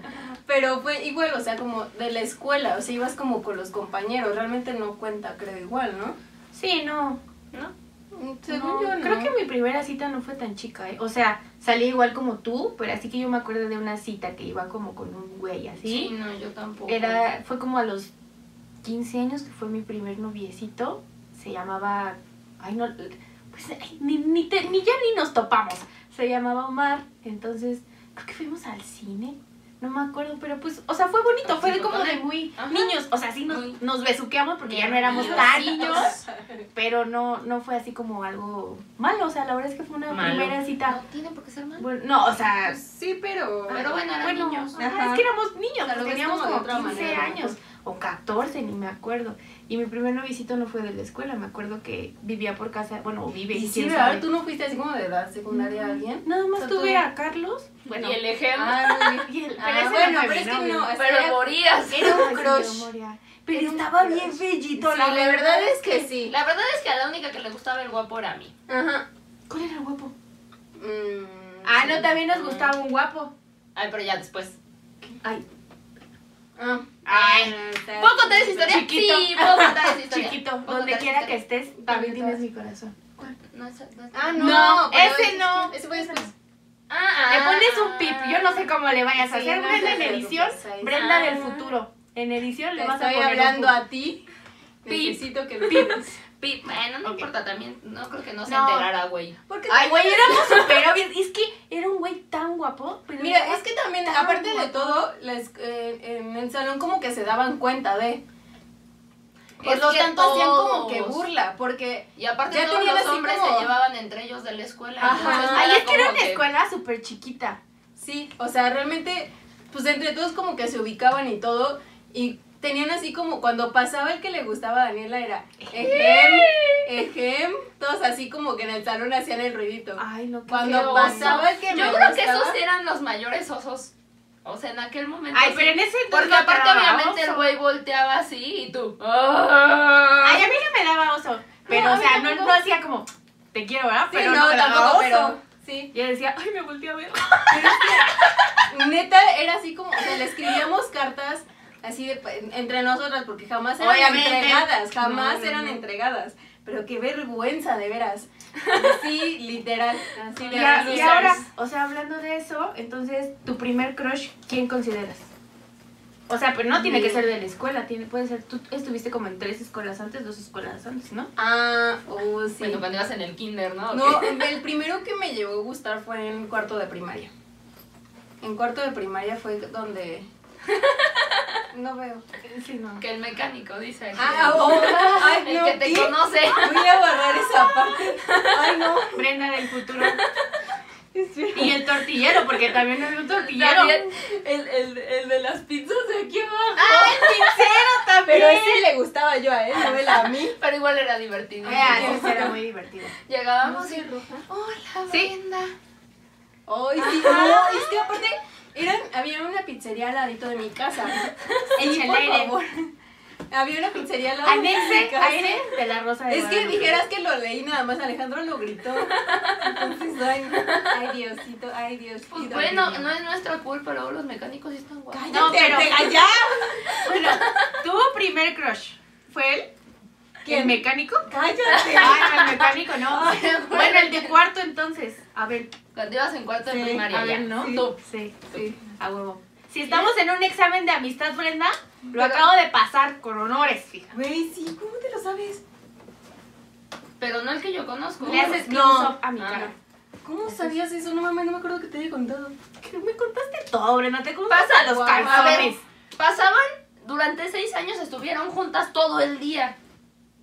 Pero fue igual, o sea, como de la escuela, o sea, ibas como con los compañeros, realmente no cuenta, creo, igual, ¿no? Mm,
Sí, no. ¿No?
Según
No,
yo, no.
Creo que mi primera cita no fue tan chica, ¿eh? O sea, salí igual como tú, pero así que yo me acuerdo de una cita que iba como con un güey
Sí,
así.
no, yo tampoco.
Era, fue como a los 15 años que fue mi primer noviecito. Se llamaba. Ay, no. Pues ay, ni, ni, te- ni ya ni nos topamos. Se llamaba Omar. Entonces, creo que fuimos al cine. No me acuerdo, pero pues, o sea, fue bonito.
Pero
Fue
Ah, sí
de
fue
como
con
de
él.
muy
Ajá.
niños. O sea, sí
Muy.
nos, nos besuqueamos porque ya no éramos
Niños.
tan niños pero no, no fue así como algo malo, o sea, la verdad es que fue una
Malo.
primera
No
cita.
tiene por qué ser mal.
Bueno, no, o sea,
Pues Sí, pero...
Pero bueno, eran
bueno,
niños.
ajá,
Ajá.
Ah, es que éramos niños,
O sea, lo ves
teníamos
como de
como
otra
15
manera, ¿no?
años o 14, ni me acuerdo. Y mi primer novicito no fue de la escuela, me acuerdo que vivía por casa, bueno, vive,
Y sí,
quién
¿verdad?
sabe.
¿Tú no fuiste así como de edad
Mm.
secundaria a alguien?
Nada
O sea,
más
tú-
tuve a Carlos, bueno,
Y el ejemplo.
Ah, muy bien.
y el- pero
Ah,
ese
bueno,
no fue
pero
mi
es que
novio.
no, o sea,
Pero morías.
era un
Ay, sí, yo
crush.
moría. Pero
Era un
estaba
crush.
bien
Sí,
bellito,
la verdad es que sí.
La verdad es que a la única que le gustaba el guapo era a mí.
Ajá.
¿Cuál era el guapo?
Mm,
Ah,
sí.
no, también nos gustaba un guapo.
Ay, pero ya después.
Ay,
Ah.
Ay.
Está-
¿Puedo contar esa historia?
Chiquito.
Sí, puedo contar esa historia.
chiquito,
¿Puedo
donde
contar esa
quiera que
historia?
estés,
También
también
tienes
tienes mi corazón.
No, esa- no, esa-
Ah, no.
No,
pero
ese no.
Ese fue después.
Ah,
Le
ah,
pones un pip. Yo no sé cómo le vayas a
Ah, Sí,
hacer.
no
Brenda
te
en edición.
preocupes,
Brenda
ahí.
del
Ah.
futuro. En edición
Te
le vas a
estoy
poner. un
hablando
pip.
a ti.
Pip.
Necesito que lo pidas.
Pip, bueno, no
Ok.
importa también. No creo que no se
No.
enterara, güey.
Porque
Ay, güey,
también-
éramos súper obvios. Es que era un güey tan guapo. pero
Mira,
era-
es que también, aparte de todo, las, eh, en el salón como que se daban cuenta de. Por
Es
lo
que
tanto, hacían como que
todos.
burla, porque.
Y aparte
Ya
todos
tenían
los
así
hombres
como-
se llevaban entre ellos de la escuela.
Ajá.
entonces no
Ay, es que era
como
una escuela súper chiquita.
Sí, o sea, realmente, pues entre todos como que se ubicaban y todo, y tenían así como cuando pasaba el que le gustaba a Daniela era ejem, ejem, todos así como que en el salón hacían el ruidito.
Ay, no, qué
Cuando
feo.
pasaba el que me
Yo creo que
gustaba.
esos eran los mayores osos. O sea, en aquel momento.
Ay,
sí.
pero en ese entonces.
Porque
no te
aparte,
daba
obviamente,
oso.
el güey volteaba así y tú. "Ah".
Ay,
Ay,
a mí no me daba oso. Pero,
No, a
o
mí
sea, no,
tampoco.
no hacía como, te quiero, ¿verdad?
Sí,
pero
no,
me daba
tampoco,
oso.
pero sí.
Yo decía, ay, me volteé a ver.
Pero es que, neta, era así como, o sea, le escribíamos cartas así de, pues, entre nosotras, porque jamás eran
Obviamente.
entregadas, jamás
No, no,
eran
no.
entregadas. Pero qué vergüenza, de
[LAUGHS]
veras. Sí, literal. Así de
Y, a- y
losers.
ahora, o sea, hablando de eso, entonces, tu primer crush, ¿quién consideras? O sea, pero no tiene que ser de la escuela, tiene, puede ser, tú estuviste como en tres escuelas antes, dos escuelas antes, ¿no?
Ah, oh, sí.
Bueno, cuando ibas en el kinder, ¿no?
No, el primero que me llegó a gustar fue en cuarto de primaria. En cuarto de primaria fue donde. [LAUGHS] No veo.
Sí, no.
Que el mecánico dice. aquí,
Ah, oh, ay,
el
no.
que te
¿qué? Ah,
conoce.
Voy a borrar esa parte. Ay, no.
Brenda del [LAUGHS] futuro. y el tortillero, porque también había un tortillero.
También.
El, el, el de las pizzas de aquí abajo.
¡Ah, el pizzero también!
Pero ese le gustaba yo a él, no él a mí.
Pero igual era divertido.
Ah, sí, sí, era muy divertido.
Llegábamos y.
roja.
Hola,
Sí.
Brenda.
Ay, sí, no, es que aparte eran, había una pizzería al ladito de mi casa. Sí, por
Échale aire.
favor. Había una pizzería al lado de mi
Anexe,
casa.
aire de la rosa de
Es que
Guadalupe.
dijeras que lo leí, nada más Alejandro lo gritó. Entonces, ay, ay Diosito, ay Diosito.
Pues bueno, no es nuestra culpa, luego los mecánicos sí están guapos.
Cállate,
No, pero-
pega ya.
Bueno, tu primer crush fue él.
¿Quién?
¿El [LAUGHS] mecánico?
Cállate.
Ay, no, el mecánico no. Bueno, el de cuarto entonces. A ver,
Cuando ibas en cuarto
Sí,
de primaria.
a ver,
ya.
¿no?
Tú.
Sí,
Sí.
a huevo. Si estamos en un examen de amistad, Brenda, lo
Pero-
acabo de pasar con honores, fija.
Güey, sí, ¿cómo te lo sabes?
Pero no el que yo conozco.
Le haces close
No.
up a mi
Ah.
cara.
¿Cómo sabías eso? No mames, no me acuerdo que te haya contado.
Que no me contaste todo, Brenda. Te contaste
Pasa
los
Guau,
a ver.
calzones.
Pasaban, durante seis años estuvieron juntas todo el día.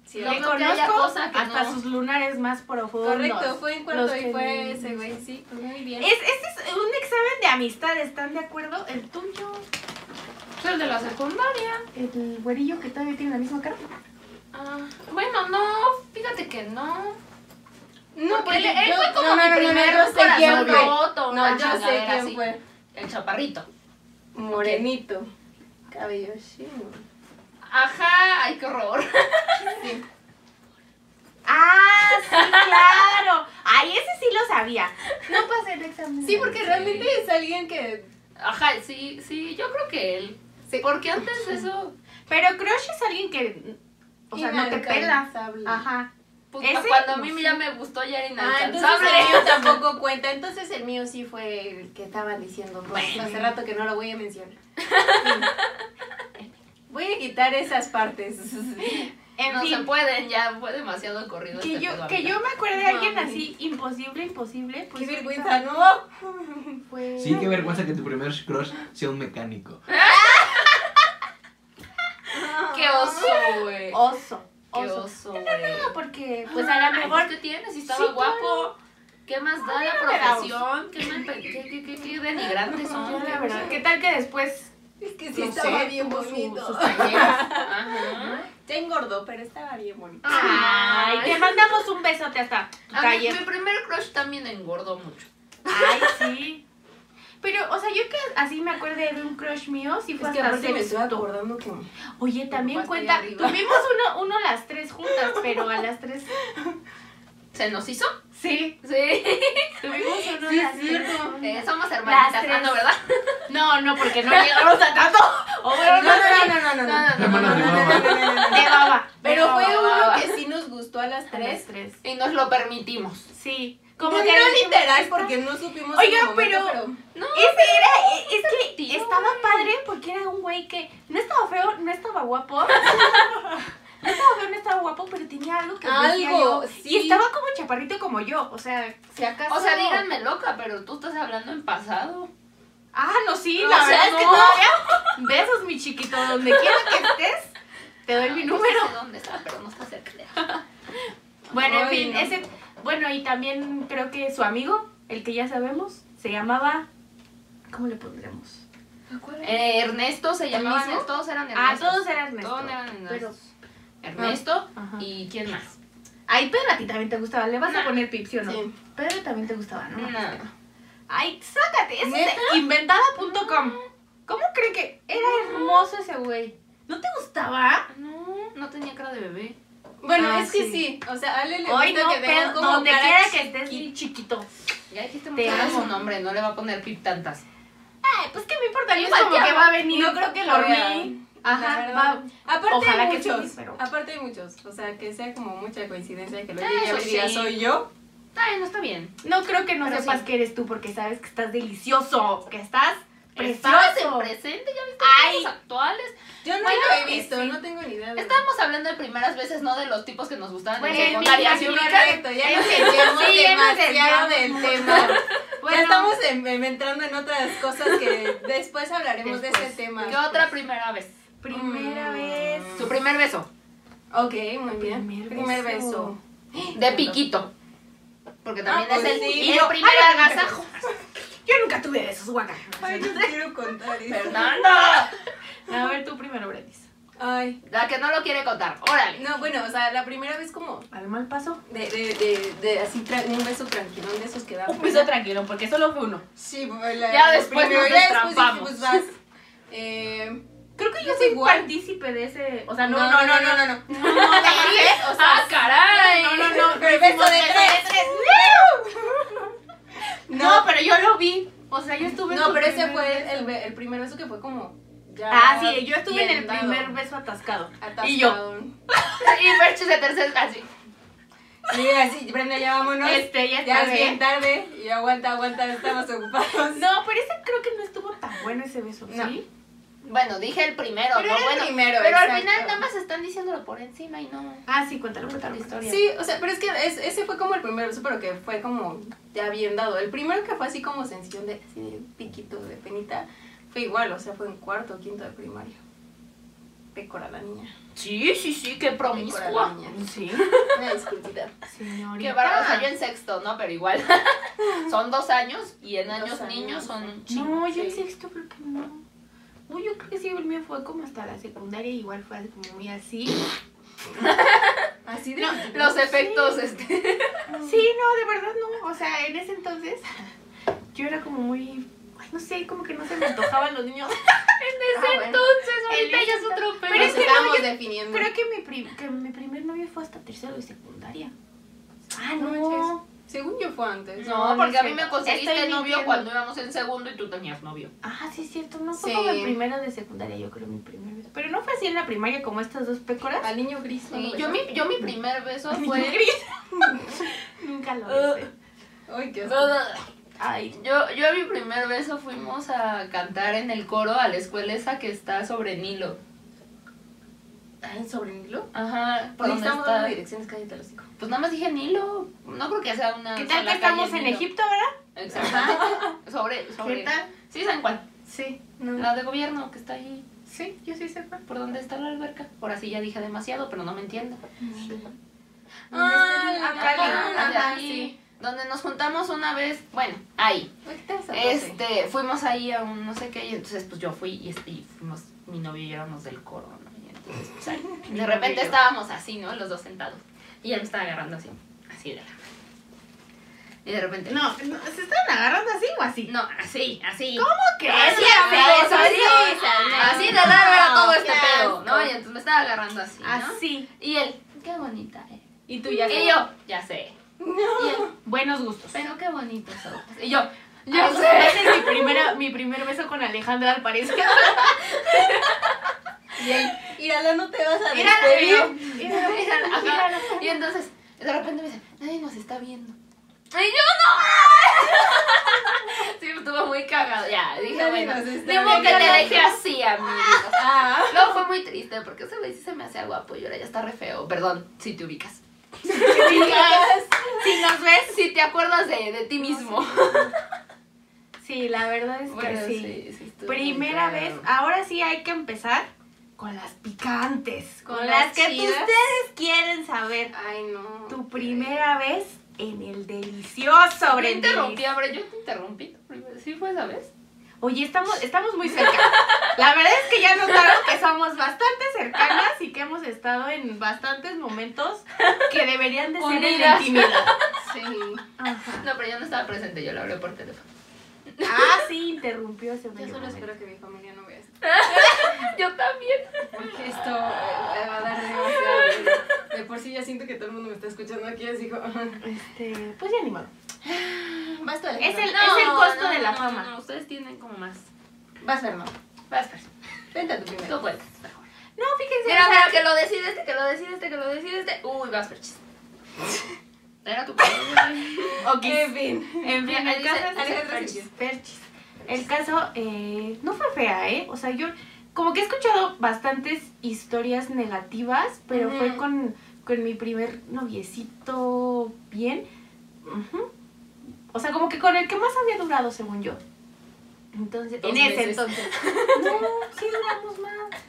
Sí,
No
Le
creo que haya
conozco
cosa que
hasta
no.
sus lunares más profundos.
Correcto, fue en
Los
cuarto y
que-
fue ese, güey, sí, pues muy bien.
Es, este es un examen de amistad, ¿están de acuerdo? El tuyo,
Yo El de la secundaria.
el güerillo que todavía tiene la misma cara.
Ah, bueno, no, fíjate que no.
No,
Porque
porque
él, él
yo-
fue como
no, no, no,
mi
no,
primer
yo sé
corazón
quién fue.
roto,
No,
una
yo sé
chingadera
quién
así.
fue.
El chaparrito.
Morenito. Cabello chino.
Ajá, ay, qué horror.
¡Ah, sí, claro! ¡Ay, ese sí lo sabía! No pasé el examen.
Sí, porque realmente es alguien que
Ajá, sí, sí, yo creo que él.
se
Porque antes de eso,
Pero crush es alguien que, o sea, no te pela.
Inalcanzable.
Ajá.
pues,
Ese,
cuando a mí
sí.
ya me gustó ya era
Ah, entonces
inalcanzable.
el mío tampoco cuenta. Entonces el mío sí fue el que estaban diciendo. pues,
Bueno.
Hace rato que no lo voy a mencionar. Sí. Voy a quitar esas partes.
En
no se
fin,
pueden, ya fue demasiado corrido.
que
este
yo,
pedo,
que
amiga.
yo me acuerde de alguien
Mami.
así, imposible, imposible. Pues
Qué
ahorita
vergüenza, ¿no?
fue-
Sí, qué vergüenza que tu primer crush sea un mecánico.
Qué oso, güey.
Oso.
Qué
Oso.
oso, güey.
No, porque, pues a lo
Ay,
mejor
pues, ¿qué tienes? Si estaba
Sí,
guapo.
claro.
¿Qué más da la
no me da
profesión? ¿Qué, mal pe- qué, qué, qué, qué denigrantes son?
Yo,
¿Qué
la verdad,
cosa?
¿qué tal que después?
Es que sí
no
estaba
sé,
bien
tuvo su- sus
bonito.
cañeras?
Ajá.
Ya engordó, pero estaba bien bonito.
Ay, te mandamos un besote hasta tu
A mí, mi
taller.
primer crush también engordó mucho.
Ay, sí. Pero, o sea, yo que así me acuerdo de un crush mío, sí fue
Es que
hasta
aparte me estoy
sexto.
acordando que.
Oye, también
Papá
cuenta,
está ahí arriba.
tuvimos uno, uno las tres juntas, pero a las tres,
¿Se nos hizo?
sí,
Sí.
tuvimos uno
Sí,
las
es
tres.
cierto.
Eh, somos hermanitas.
Las tres.
Ah, no, ¿verdad?
No, no, porque no llegamos a tanto. O
No,
bueno, no,
no, no, no, no, no.
No, no, no,
Hermanos
no,
de
no, no.
mamá.
de baba.
Pero fue
No,
uno
va, va.
que sí nos gustó a las
tres.
tres.
tres.
Y nos lo permitimos.
Sí, Como
no
que
literal, porque no supimos. en
Oigan,
el momento,
pero-
No,
Ese era, e- es que
Tío.
estaba padre porque era un güey que no estaba feo, no estaba guapo. No estaba feo, no estaba guapo, pero tenía algo que decía
Algo,
yo.
sí.
Y estaba como chaparrito como yo, o sea, si acaso...
o sea, díganme loca, pero tú estás hablando en pasado.
Ah, no, sí,
O
la
sea,
verdad es que
no.
todavía... Besos, mi chiquito, donde quiera que estés, te doy mi
Ay, no
número.
sé dónde está, pero no está cerca de
Bueno, en
Ay,
fin,
no.
ese... Bueno, y también creo que su amigo, el que ya sabemos, se llamaba... ¿Cómo le pondremos?
Eh, Ernesto se llamaba
mismo?
Ernesto, todos eran
Ah,
Ernesto. Ah,
todos eran Ernesto.
Todos eran Ernesto.
Pero-
Ernesto
Ajá.
y quién más.
Ay, Pedro, a ti también te gustaba. ¿Le vas a
No.
poner pipsi o no?
Sí.
Pedro también te gustaba,
Ah, Mm.
¿no?
No.
Ay, sácate. Eso
¿Neta?
es inventada.com. ¿Cómo cree que era hermoso ese güey? ¿No te gustaba?
No, no tenía cara de bebé.
Bueno,
Ah,
es que
sí.
sí. O sea, a Ale le
Hoy
gusta
no,
que vean
Pedro,
como
donde
cara
quiera que estés,
chiquita.
mi chiquito.
Ya dijiste
Te
mucho de
amo.
su nombre, no le va a poner pip tantas.
Ay, pues que me importa. Yo es
Igual
como
te
que
amo.
va a venir.
No creo que lo
por
vea.
mí.
La
Ajá,
verdad.
va.
Aparte
Ojalá
hay
que sí,
muchos.
pero-
Aparte hay muchos. O sea, que sea como mucha coincidencia que lo
Ah,
llegue a
eso
ver y diga,
sí.
soy yo.
Ay, no está bien.
No creo que no
Pero
sepas
sí.
que eres tú porque sabes que estás delicioso, que estás
Estabas en
precioso.
presente, ya viste
Ay.
los actuales.
Yo no
Bueno,
lo he
que
visto,
sí.
no tengo ni idea. de-
Estábamos hablando de primeras veces, no de los tipos que nos gustaban
Bueno,
en
en mi
secundaria. ¿sí
imaginación-
ubicas?
Correcto, ya nos
Sí,
desviamos
ya nos
demasiado
desviamos
del tema.
Bueno,
ya estamos en- en- entrando en otras cosas que después hablaremos de
Después.
ese tema.
¿Qué otra primera vez?
primera
Mm.
vez.
Su primer beso.
Ok, muy bien.
Primer
Primer,
beso.
beso.
De piquito. Porque también
Ah,
es
pues
el,
sí.
y
Yo-
el primer
ay, no,
agasajo.
Yo nunca tuve besos, guaca.
Ay, yo quiero [LAUGHS] contar eso.
¡Fernanda!
A ver, tú primero, Brendis.
Ay,
La que no lo quiere contar. Órale.
no, bueno, o sea, la primera vez como
Al mal paso.
de, de, de, de así tra- un beso tranquilón de esos que da.
Un beso tranquilo, porque solo fue uno.
Sí, pues, la,
Ya
la
después
primera-
nos
ya después
destrampamos.
dije, pues, vas. Eh, creo que yo
Yo
soy
soy
igual.
partícipe de ese. O sea, no, no, no, no, no.
no.
¡Ah, caray!
No, no, [LAUGHS] no.
Pero beso de tres.
[LAUGHS] No, pero yo lo vi. O sea, yo estuve en
No,
tu
pero ese
primer
fue
beso.
el, be- el primer beso que fue como. ya
Ah, sí, yo estuve en
bien
el
dado,
primer beso atascado.
atascado.
Y yo.
Y Ferchis de tercer así.
Sí, así, Brenda, ya vámonos.
Este, ya
ya
está
es bien
bien.
tarde. Y yo, aguanta, aguanta, estamos
[LAUGHS]
ocupados.
No, pero ese creo que no estuvo tan bueno ese beso.
No.
¿Sí?
Bueno, dije el primero,
Pero
¿no?
era el
bueno,
primero,
pero al
exacto.
final nada más están diciéndolo por encima y no.
Ah, sí, cuéntalo, cuéntalo.
La
cuéntalo.
historia.
Sí, o sea, pero es que es- ese fue como el primer beso, pero que fue como ya bien dado. El primero que fue así como sencillo, de, así de piquito, de penita, fue igual, o sea, fue en cuarto o quinto de primaria. Pecora la niña.
Sí, sí, sí, qué
Pecora la
promiscua.
niña.
Sí.
Una disculpita.
Señorita.
Qué bárbaro. O sea, yo en sexto, ¿no? Pero igual. [LAUGHS] son dos años y en
Dos
años
años.
niños son
No, yo en
sí.
sexto creo que no. Uy, yo creo que sí, el mío fue como hasta la secundaria, igual fue así como muy así.
Así de. Ah,
Los efectos, este.
Sí, no, de verdad no. O sea, en ese entonces yo era como muy. ay, no sé, como que no se me antojaban los [LAUGHS] niños.
Ah, bueno.
Entonces,
ahorita ya es otro
otro
Pero
Pero
nos
es que no,
estamos
yo-
definiendo.
Creo que mi, pri- que mi primer novio fue hasta tercero de secundaria. Ah, no.
manches. Según yo fue antes.
No, porque a mí me conseguiste
Estoy
novio
mintiendo.
cuando íbamos en segundo y tú tenías novio.
Ah, sí, es cierto. No fue
Sí.
como el primero de secundaria, yo creo, mi primer beso. Pero no fue así en la primaria como estas dos pécoras.
Al niño gris. ¿no lo besó?
yo, mi, yo mi primer beso fue...
Nunca lo
Ah.
hice.
Ay, qué asco.
yo,
Ay,
yo a mi primer beso fuimos a cantar en el coro a la escuela esa que está sobre Nilo.
Ay, sobre Nilo.
Ajá, por
Hoy
donde
estamos
está.
dando direcciones cállate los hijos.
Pues nada más dije Nilo. No creo que sea una.
¿qué tal
sola
que
calle
estamos en
Nilo.
Egipto, verdad?
Exactamente. sobre, sobre.
¿Qué tal?
Sí, San Juan.
Sí.
No.
La de gobierno que está ahí.
Sí, yo sí sé cuál.
¿Por dónde está la alberca? Ahora sí ya dije demasiado, pero no me entiendo.
Ah, la
Acá,
Cali.
Ajá, de
Ajá,
ahí,
sí.
Donde nos juntamos una vez. Bueno, ahí.
Ay, ¿qué tal esa parte?
Este, fuimos ahí a un no sé qué, y entonces pues yo fui y, este, y fuimos, mi novio y yo éramos del coro, ¿no? Y entonces, pues, [LAUGHS] ahí, de repente estábamos así, ¿no? Los dos sentados. Y él me estaba agarrando así, así de la mano. Y de repente, no,
No, no, ¿se están agarrando así o así?
no, así, así.
¿Cómo que
Así,
amigos?
así, así,
Así.
así de raro era todo este
qué
pedo, ¿no?
asco.
Y entonces me estaba agarrando así, ¿no?
Así.
Y él, qué bonita eres.
Y tú ya sabes.
Y yo, ya sé.
[LAUGHS]
Y él,
Buenos gustos.
pero qué bonito ojos. Y yo,
Yo
ya sé.
Ese es mi, primera, mi primer beso con Alejandra, al parecer.
Y él, Irala, no te vas a
Mira la
despedir.
video. Mira la-
Ajá.
mira la-
Y entonces, de repente me dice, nadie nos está viendo. Y yo no. [LAUGHS] Sí, estuvo muy cagado. Ya, dije,
Nadie
bueno.
nos está
De modo que te
viendo.
dejé
[LAUGHS]
así, amigos.
Ah.
Luego fue muy triste porque ese güey sí se me hacía guapo y ahora ya está re feo. Perdón, si te ubicas.
Si nos ves.
Si te acuerdas de, de ti mismo.
Sí, la verdad es que
Bueno,
sí.
sí, sí, estuvo
Primera
muy
vez,
raro.
ahora sí hay que empezar con las picantes, con,
Con
las,
las
que
chidas.
ustedes quieren saber.
Ay, no.
Tu primera vez en el delicioso,
Yo
Brenda.
interrumpí, a ver, yo te interrumpí. ¿Sí fue esa vez?
Oye, estamos, estamos muy cerca. La verdad es que ya notaron que somos bastante cercanas y que hemos estado en bastantes momentos que deberían de ser en la
Unidas.
intimidad.
Sí.
Ajá.
No, pero yo no estaba presente, yo lo hablé por teléfono.
Ah, sí, interrumpió ese
Yo solo
momento.
espero que mi familia no vea esto.
Yo también.
Porque esto eh, va a dar demasiado. de- De por sí ya siento que todo el mundo me está escuchando aquí, así como.
Este, pues ya ni modo.
Vas tú,
Es el,
Alejandra.
es el costo de la fama.
No, ustedes tienen como más.
Vas, Fermo.
Vas, Fer.
Vente a tu
Tú
primero.
puedes.
No, fíjense.
Mira,
o sea,
mira, que lo decide este, que lo decide este, que lo decide este. Uy, vas, Ferchis.
[LAUGHS]
Era tu padre.
Ok.
En fin.
En fin,
Mira,
el
dice-
caso es-
dice
Alejandra
Ferchis.
Sánchez, Ferchis. El caso eh, no fue fea, ¿eh? O sea, yo como que he escuchado bastantes historias negativas, pero
Ujú.
fue con, con mi primer noviecito bien. Ujú. O sea, como que con el que más había durado, según yo. Entonces,
Dos
en ese
meses.
entonces.
[LAUGHS]
No, sí duramos más.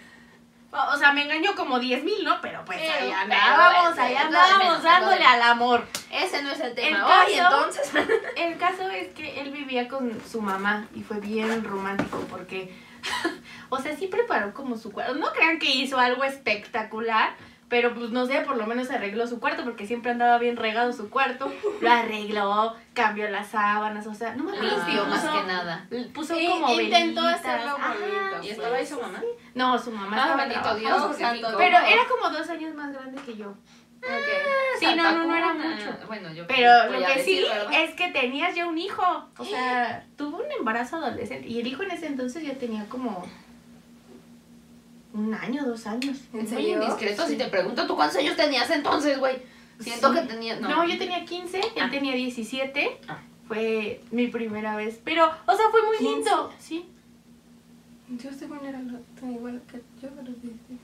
O- O sea, me engañó como 10 mil, ¿no? Pero pues
Pero,
ahí
pero,
andábamos,
este,
ahí
es lo de menos,
andábamos,
es lo de
dándole
menos.
al amor.
Ese no es el
El
tema. Oye,
caso-
entonces. [LAUGHS]
El caso es que él vivía con su mamá y fue bien romántico porque, [LAUGHS] o sea, sí preparó como su cuarto. No crean que hizo algo espectacular, pero pues no sé, por lo menos arregló su cuarto porque siempre andaba bien regado su cuarto. Lo arregló, cambió las sábanas, o sea, no me acuerdo si
Limpio, Ah, más
puso-
que nada. Eh,
Puso
Sí,
como
intentó
velitas.
hacerlo
Ajá.
bonito.
¿Y estaba ahí su mamá?
No, su mamá
Ah,
estaba
bendito
trabajando.
Dios.
Dios, santo.
santo.
Pero era como dos años más grande que yo.
Ok.
Sí, no, no, no era
Santa
mucho.
Cuna. Bueno, yo
Pero
voy
lo
a
que
decir,
sí
¿verdad?
es que tenías ya un hijo. O
[GASPS]
sea, tuvo un embarazo adolescente. Y el hijo en ese entonces ya tenía como un año, dos años.
¿En
Muy
serio?
indiscreto si te pregunto, ¿tú cuántos años tenías entonces, güey? Siento
Sí.
que tenías.
No, yo tenía 15, él
Ah.
tenía 17.
Ah.
Fue mi primera vez. Pero, o sea, fue muy lindo. Sí.
Yo según era lo- tan igual que yo, pero sí. sí.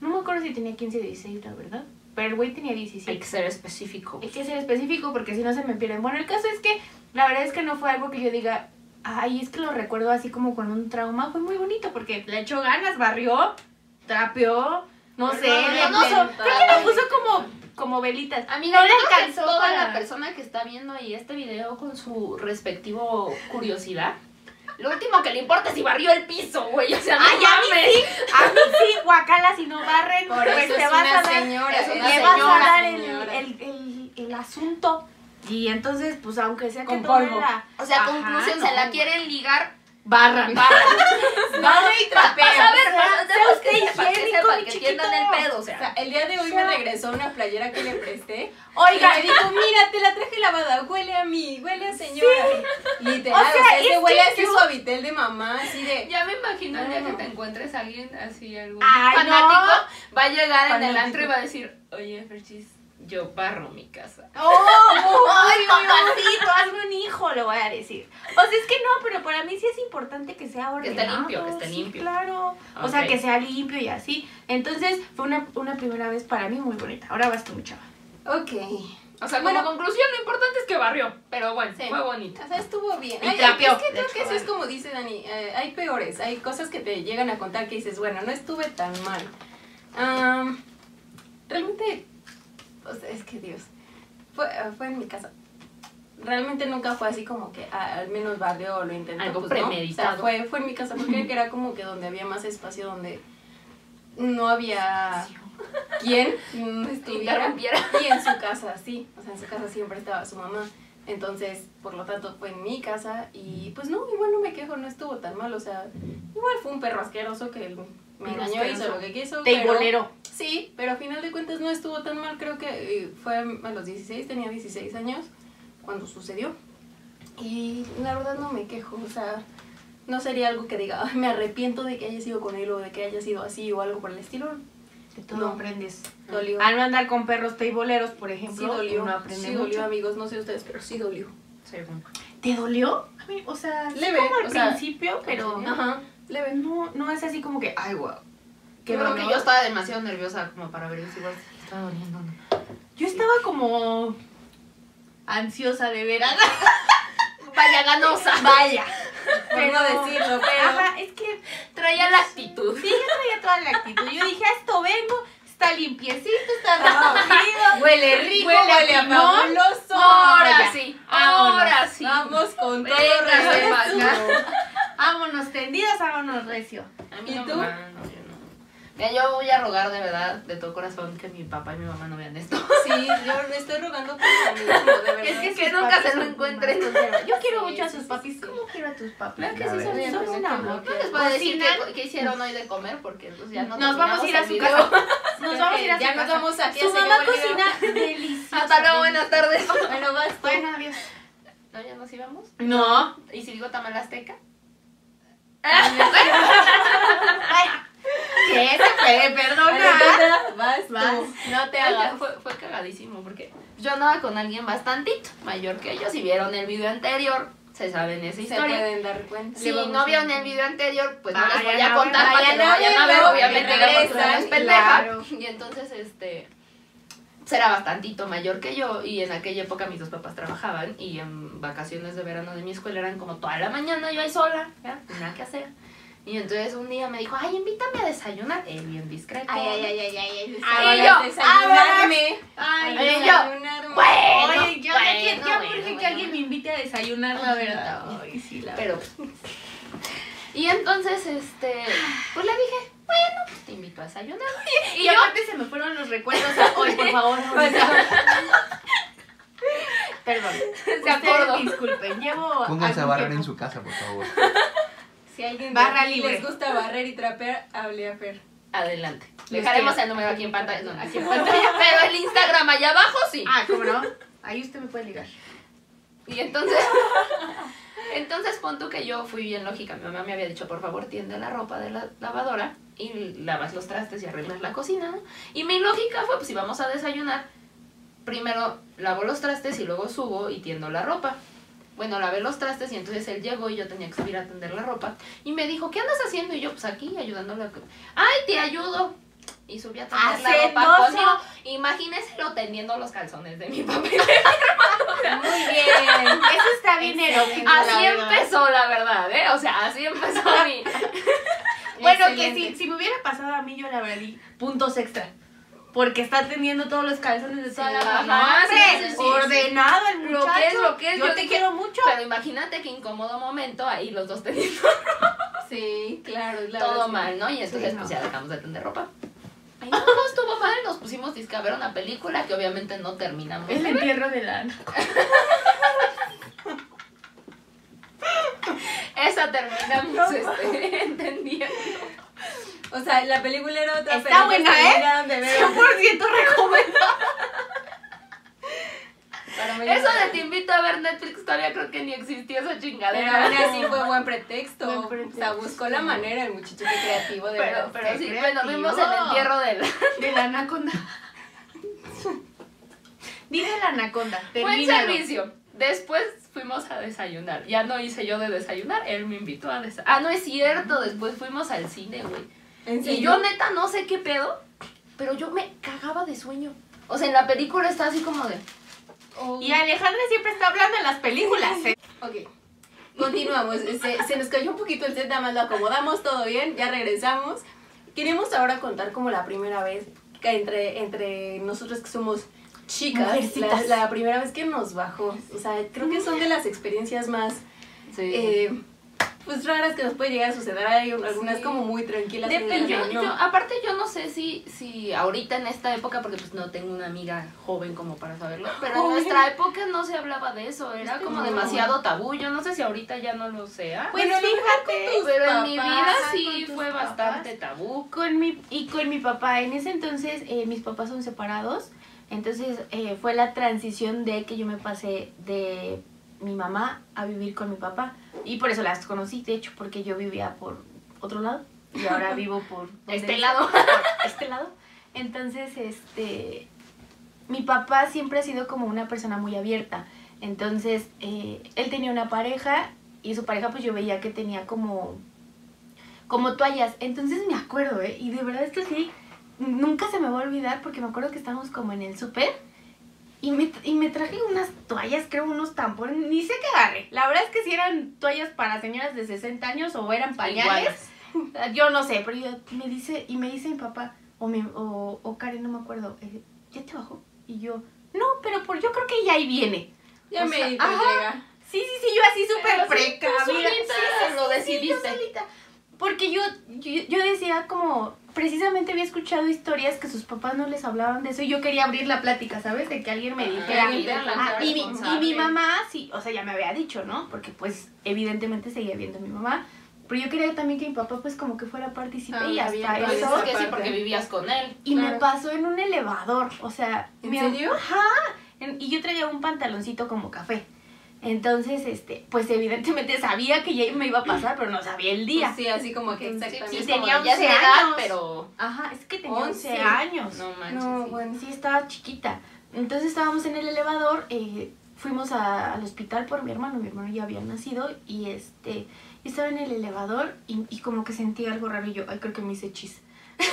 No me acuerdo si tenía 15 o 16, la verdad. Pero el güey tenía 17.
Hay que ser específico.
Hay que ser específico porque si no se me pierden. Bueno, el caso es que la verdad es que no fue algo que yo diga, ay, es que lo recuerdo así como con un trauma. Fue muy bonito porque le echó ganas, barrió, trapeó, no
Pero
sé,
no
le
le
puso,
inventó.
creo que le puso como, como velitas.
Amiga,
no le
yo creo que
alcanzó
toda
para-
la persona que está viendo ahí este video con su respectivo curiosidad, lo último que le importa es si barrió el piso, güey. O sea, no
Ay, Ah, a mí
mames.
sí, a mí sí, guacala, si no barren,
Por
pues
eso
te
es
vas
una
a dar,
señora,
es
le
una
vas a
señora,
dar el,
señora.
el- el- el asunto. Y entonces, pues aunque sea que
Con
todo
polvo.
era-
O sea,
Ajá,
conclusión,
no,
se la
güey.
quieren ligar.
Barran.
No, y trapeo.
Vas a ver,
sea,
vas a
sea
ver,
usted
que- para que
higiénico,
sepan,
mi
que entiendan el
chiquito.
pedo, o
O
sea.
sea, el día de hoy me regresó una playera que le presté. [LAUGHS]
Oiga,
y me
[LAUGHS]
dijo, mira, te la traje lavada, huele a mí, huele a señora. Literal,
O
o
sea,
sea,
es
ese huele a
que
ese
yo-
suavitel de mamá, así de...
Ya me imagino el día que
No.
te encuentres a alguien así, algún
Ay,
fanático, va a llegar en el
Fanático.
antro y va a decir, oye, Ferchis, yo barro mi casa. oh,
Ay, papacito, hazme un hijo, le voy a decir. O sea, es que no, pero para mí sí es importante que sea
Que
ordenado.
esté limpio, que esté
sí,
limpio.
claro. O sea,
Ok.
que sea limpio y así. Entonces, fue una, una primera vez para mí muy bonita. Ahora vas tú, mi chava.
Ok.
O sea, como
Bueno.
conclusión, lo importante es que barrió, pero bueno,
Sí.
fue bonito.
O sea, estuvo bien.
Y
Ay,
trapeó.
Es que
De
creo
hecho,
que eso
vale.
es como dice Dani, eh, hay peores, hay cosas que te llegan a contar que dices, bueno, no estuve tan mal. Am, realmente, o sea, es que Dios, fue, eh, fue en mi casa. Realmente nunca fue así como que ah, al menos barrio o lo intentó.
Algo
pues, ¿no? O sea,
premeditado.
fue, fue en mi casa, porque creo
[CLEARS THROAT]
que era como que donde había más espacio, donde no
Ah.
había [LAUGHS] quien mm, estuviera
Interrumpiera.
y en su casa sí, o sea, en su casa siempre estaba su mamá. Entonces, por lo tanto, fue en mi casa y pues no, igual no me quejo, no estuvo tan mal, o sea, igual fue un perro asqueroso que me engañó,
Asqueroso.
hizo lo que quiso. pero,
Teibolero.
Sí, pero a final de cuentas no estuvo tan mal, creo que eh, fue a los 16, tenía 16 años cuando sucedió. Y la verdad no me quejo, o sea, no sería algo que diga, "Ay, me arrepiento de que haya sido con él o de que haya sido así o algo por el estilo.
De todo
No.
aprendes.
Ah,
Dolió.
Al no andar con perros teiboleros, por
Sí
ejemplo,
dolió.
uno aprende
sí dolió,
mucho.
amigos. No sé ustedes, pero sí dolió.
Según.
¿Te dolió? A mí, o sea, sí
Leve,
como al
o sea,
principio, pero
Ajá. Leve.
no, no es así como que, ay, wow.
Yo
Qué
creo que
dolor.
yo estaba demasiado nerviosa como para ver si igual estaba doliendo. o no.
Yo estaba como ansiosa de ver
Vaya ganosa. Vaya.
Pero
no decirlo, pero-
Ajá, es que
Traía la actitud.
sí, yo traía toda la actitud. Yo dije, a esto vengo, está limpiecito, [LAUGHS] está recogido.
Huele rico,
Huele
huele,
a
a
pinol.
fabuloso.
Ahora
Ya.
sí,
vámonos.
ahora sí.
Vamos con todo
Venga,
respeto.
se vaca.
Vámonos tendidas, vámonos recio.
A mí
¿Y
no me
tú?
van, no, yo no. Mira, yo voy a rogar de verdad, de todo corazón, que mi papá y mi mamá no vean esto.
Sí, yo me estoy rogando por mí mismo, de verdad.
Es que,
sus
nunca
papis
se lo
son
encuentren.
Yo quiero
Sí,
mucho a
sí,
sus
sí,
papis.
sí.
¿Cómo quiero a tus papis?
Claro pues, que
La
sí, son,
verdad.
son un amor. No les voy a decir
Cocinan.
qué, qué hicieron hoy de comer porque pues, ya nos
Nos vamos a ir a su
terminamos el
casa.
video.
[LAUGHS] Nos vamos a ir a su
Ya nos
casa.
vamos aquí a
Su
seguir
mamá
volviendo.
cocina [LAUGHS] delicioso.
Hasta luego, buenas tardes.
[LAUGHS] Bueno, basta.
Bueno, adiós.
No, ya nos íbamos.
[LAUGHS] No.
¿Y si digo tamal azteca?
¿Qué? Se puede perdonar.
Alejandra, vas,
Vas.
tú. No te
Ay, ya,
hagas. pues,
fue, fue cagadísimo porque yo andaba con alguien bastantito mayor que yo. Si vieron el video anterior, se saben esa
Se
historia.
pueden dar cuenta.
Si no vieron el video anterior, pues no les voy
Vayan
a
a
contar
ver,
para que lo
vayan a
vayan a ver,
verlo,
obviamente,
regresan,
porque uno es pendeja.
claro.
Y entonces, este, será bastantito mayor que yo y en aquella época mis dos papás trabajaban y en vacaciones de verano de mi escuela eran como toda la mañana yo ahí sola, ya, sin nada que hacer. Y entonces un día me dijo, ay, invítame a desayunar. Él bien discreto.
Ay, ay, ay, ay, ay, ay.
Ay,
Ay,
yo,
desayunarme.
Ay,
Ay,
no.
yo. Pues,
desayunarme.
Bueno,
Oye, ya, ya, ya,
bueno,
ya
bueno,
urge que
bueno.
alguien me invite a desayunar, la verdad. Ay, sí, la
Pero. pues, Y entonces, este. Pues le dije, bueno, pues te invito a desayunar.
Y, aparte se me fueron los recuerdos a hoy, por favor. Perdón. Se
acordó.
Disculpen, llevo.
Pónganse a
algún
barrer en
tiempo.
su casa, por favor.
Si alguien de
Barra
aquí
libre.
les gusta barrer y trapear, hable a Fer.
Adelante.
Les
Dejaremos
quiero.
el número aquí en pantalla. no, aquí en pantalla, Pero el Instagram allá abajo sí.
Ah, ¿cómo no? Ahí usted me puede ligar.
Y entonces. [LAUGHS] Entonces pon tú que yo fui bien lógica. Mi mamá me había dicho, por favor, tiende la ropa de la lavadora y lavas los trastes y arreglas la cocina. ¿no? Y mi lógica fue, pues si vamos a desayunar, primero lavo los trastes y luego subo y tiendo la ropa. Bueno, lavé los trastes y entonces él llegó y yo tenía que subir a tender la ropa. Y me dijo, ¿qué andas haciendo? Y yo, pues aquí, ayudándole. a co- ¡Ay, te ayudo! Y subí a tender la ropa
Hacendoso.
conmigo. Imagínenselo tendiendo los calzones de mi papá.
Muy bien.
Eso está bien erótico.
Así
la verdad.
empezó, la verdad, ¿eh? O sea, así [LAUGHS] empezó mi...
Bueno,
Excelente.
que si, si me hubiera pasado a mí, yo la verdad di puntos extra. Porque está atendiendo todos los calzones de toda
Sí,
la
ajá,
mamá.
sí,
Hombre,
sí, sí,
ordenado el
Lo
muchacho.
que es, lo que es,
Yo,
yo
te
dije-
quiero mucho.
Pero imagínate qué incómodo momento ahí los dos teniendo
Sí, claro. la verdad es
todo
que-
mal, ¿no? Y entonces
Sí, no.
pues ya dejamos de tender ropa. Ay, no, no estuvo mal, nos pusimos disque a ver una película que obviamente no terminamos.
Es el entierro de la. [LAUGHS]
Esa terminamos este, [LAUGHS] entendiendo.
O sea, la película era otra
Está
película
buena,
que
¿eh?
llegaron de [LAUGHS] ver.
100% recomendado.
Para mí
Eso
no.
de te invito a ver Netflix todavía creo que ni existió esa
Pero
chingadera.
aún así fue buen pretexto.
Buen pretexto.
O sea, buscó la manera el muchacho que creativo de
Pero,
verdad.
pero sí,
Qué
bueno, vimos el
creativo.
entierro del...
De la anaconda. Dile la anaconda.
Buen
termínalo.
servicio. Después fuimos a desayunar. Ya no hice yo de desayunar, él me invitó a desayunar. Ah, no es cierto, después fuimos al cine, güey.
¿En
Y
serio?
yo neta no sé qué pedo, pero yo me cagaba de sueño. O sea, en la película está así como de...
Oh.
Y Alejandra siempre está hablando de las películas. ¿eh?
Ok. Continuamos. Se, se nos cayó un poquito el set, nada más lo acomodamos todo bien, ya regresamos. Queremos ahora contar como la primera vez que entre, entre nosotros que somos chicas, la,
Mujercitas.
la primera vez que nos bajó. O sea, creo que son de las experiencias más
Sí.
eh, pues raras que nos puede llegar a suceder. Hay algunas
Sí.
como muy tranquilas.
Depende,
otras
yo-
no.
"Ah, yo- aparte yo no sé si, si ahorita en esta época, porque pues no tengo una amiga joven como para saberlo, pero en
Joven.
nuestra época no se hablaba de eso, era
Este
como
no.
demasiado tabú, yo no sé si ahorita ya no lo sea,
Pues
Bueno, a lo mejor
fíjate.
con tus
pero en mi
papás,
vida
con
sí
tus
fue
papás.
bastante tabú.
Con mi, y con mi papá. En ese entonces eh, mis papás son separados. Entonces eh, fue la transición de que yo me pasé de mi mamá a vivir con mi papá. Y por eso las conocí, de hecho, porque yo vivía por otro lado. Y ahora vivo por... donde-
Este lado.
por este lado. Entonces, este, mi papá siempre ha sido como una persona muy abierta. Entonces, eh, él tenía una pareja y su pareja pues yo veía que tenía como, como toallas. Entonces me acuerdo, ¿eh? Y de verdad es que sí, nunca se me va a olvidar porque me acuerdo que estábamos como en el súper y me, y me traje unas toallas, creo, unos tampones, ni sé qué agarré. La verdad es que si eran toallas para señoras de 60 años o eran pañales. Ah,
Iguanas.
Yo no sé, pero yo, me dice, y me dice mi papá, o, mi, o, o Karen, no me acuerdo, eh, ¿ya te bajó? Y yo, no, pero por, yo creo que ya ahí viene.
Ya
O
me
sea,
di
ajá.
llega.
Sí, sí, sí, yo así súper precavida.
solita lo
Sí, yo
decidiste.
solita. Porque yo, yo, yo decía como, precisamente había escuchado historias que sus papás no les hablaban de eso y yo quería abrir la plática, ¿sabes? De que alguien me dijera.
Ah, mira, la
Ah, y, mi, y
responsable.
mi mamá, sí, o sea, ya me había dicho, ¿no? Porque pues evidentemente seguía viendo a mi mamá. Pero yo quería también que mi papá pues como que fuera partícipe
Ah,
y hasta
bien,
Pues
eso.
es que sí,
Aparte.
porque vivías con él.
Y me
Claro.
pasó en un elevador, o sea...
¿En
me-
serio?
Ajá. En- Y yo traía un pantaloncito como café. Entonces, este, pues evidentemente [LAUGHS] sabía que ya me iba a pasar, pero no sabía el
Pues
día.
Sí, así como que
Sí, sí,
exactamente.
Sí,
tenía
tenía ya
11
de edad,
años.
pero
Ajá, es que tenía 11,
Once.
años.
no manches.
No,
sí.
bueno.
Sí, estaba chiquita. Entonces estábamos en el elevador, eh, fuimos a- al hospital por mi hermano, mi hermano ya había nacido y este estaba en el elevador y, y como que sentí algo raro y yo, ay, creo que me hice chis.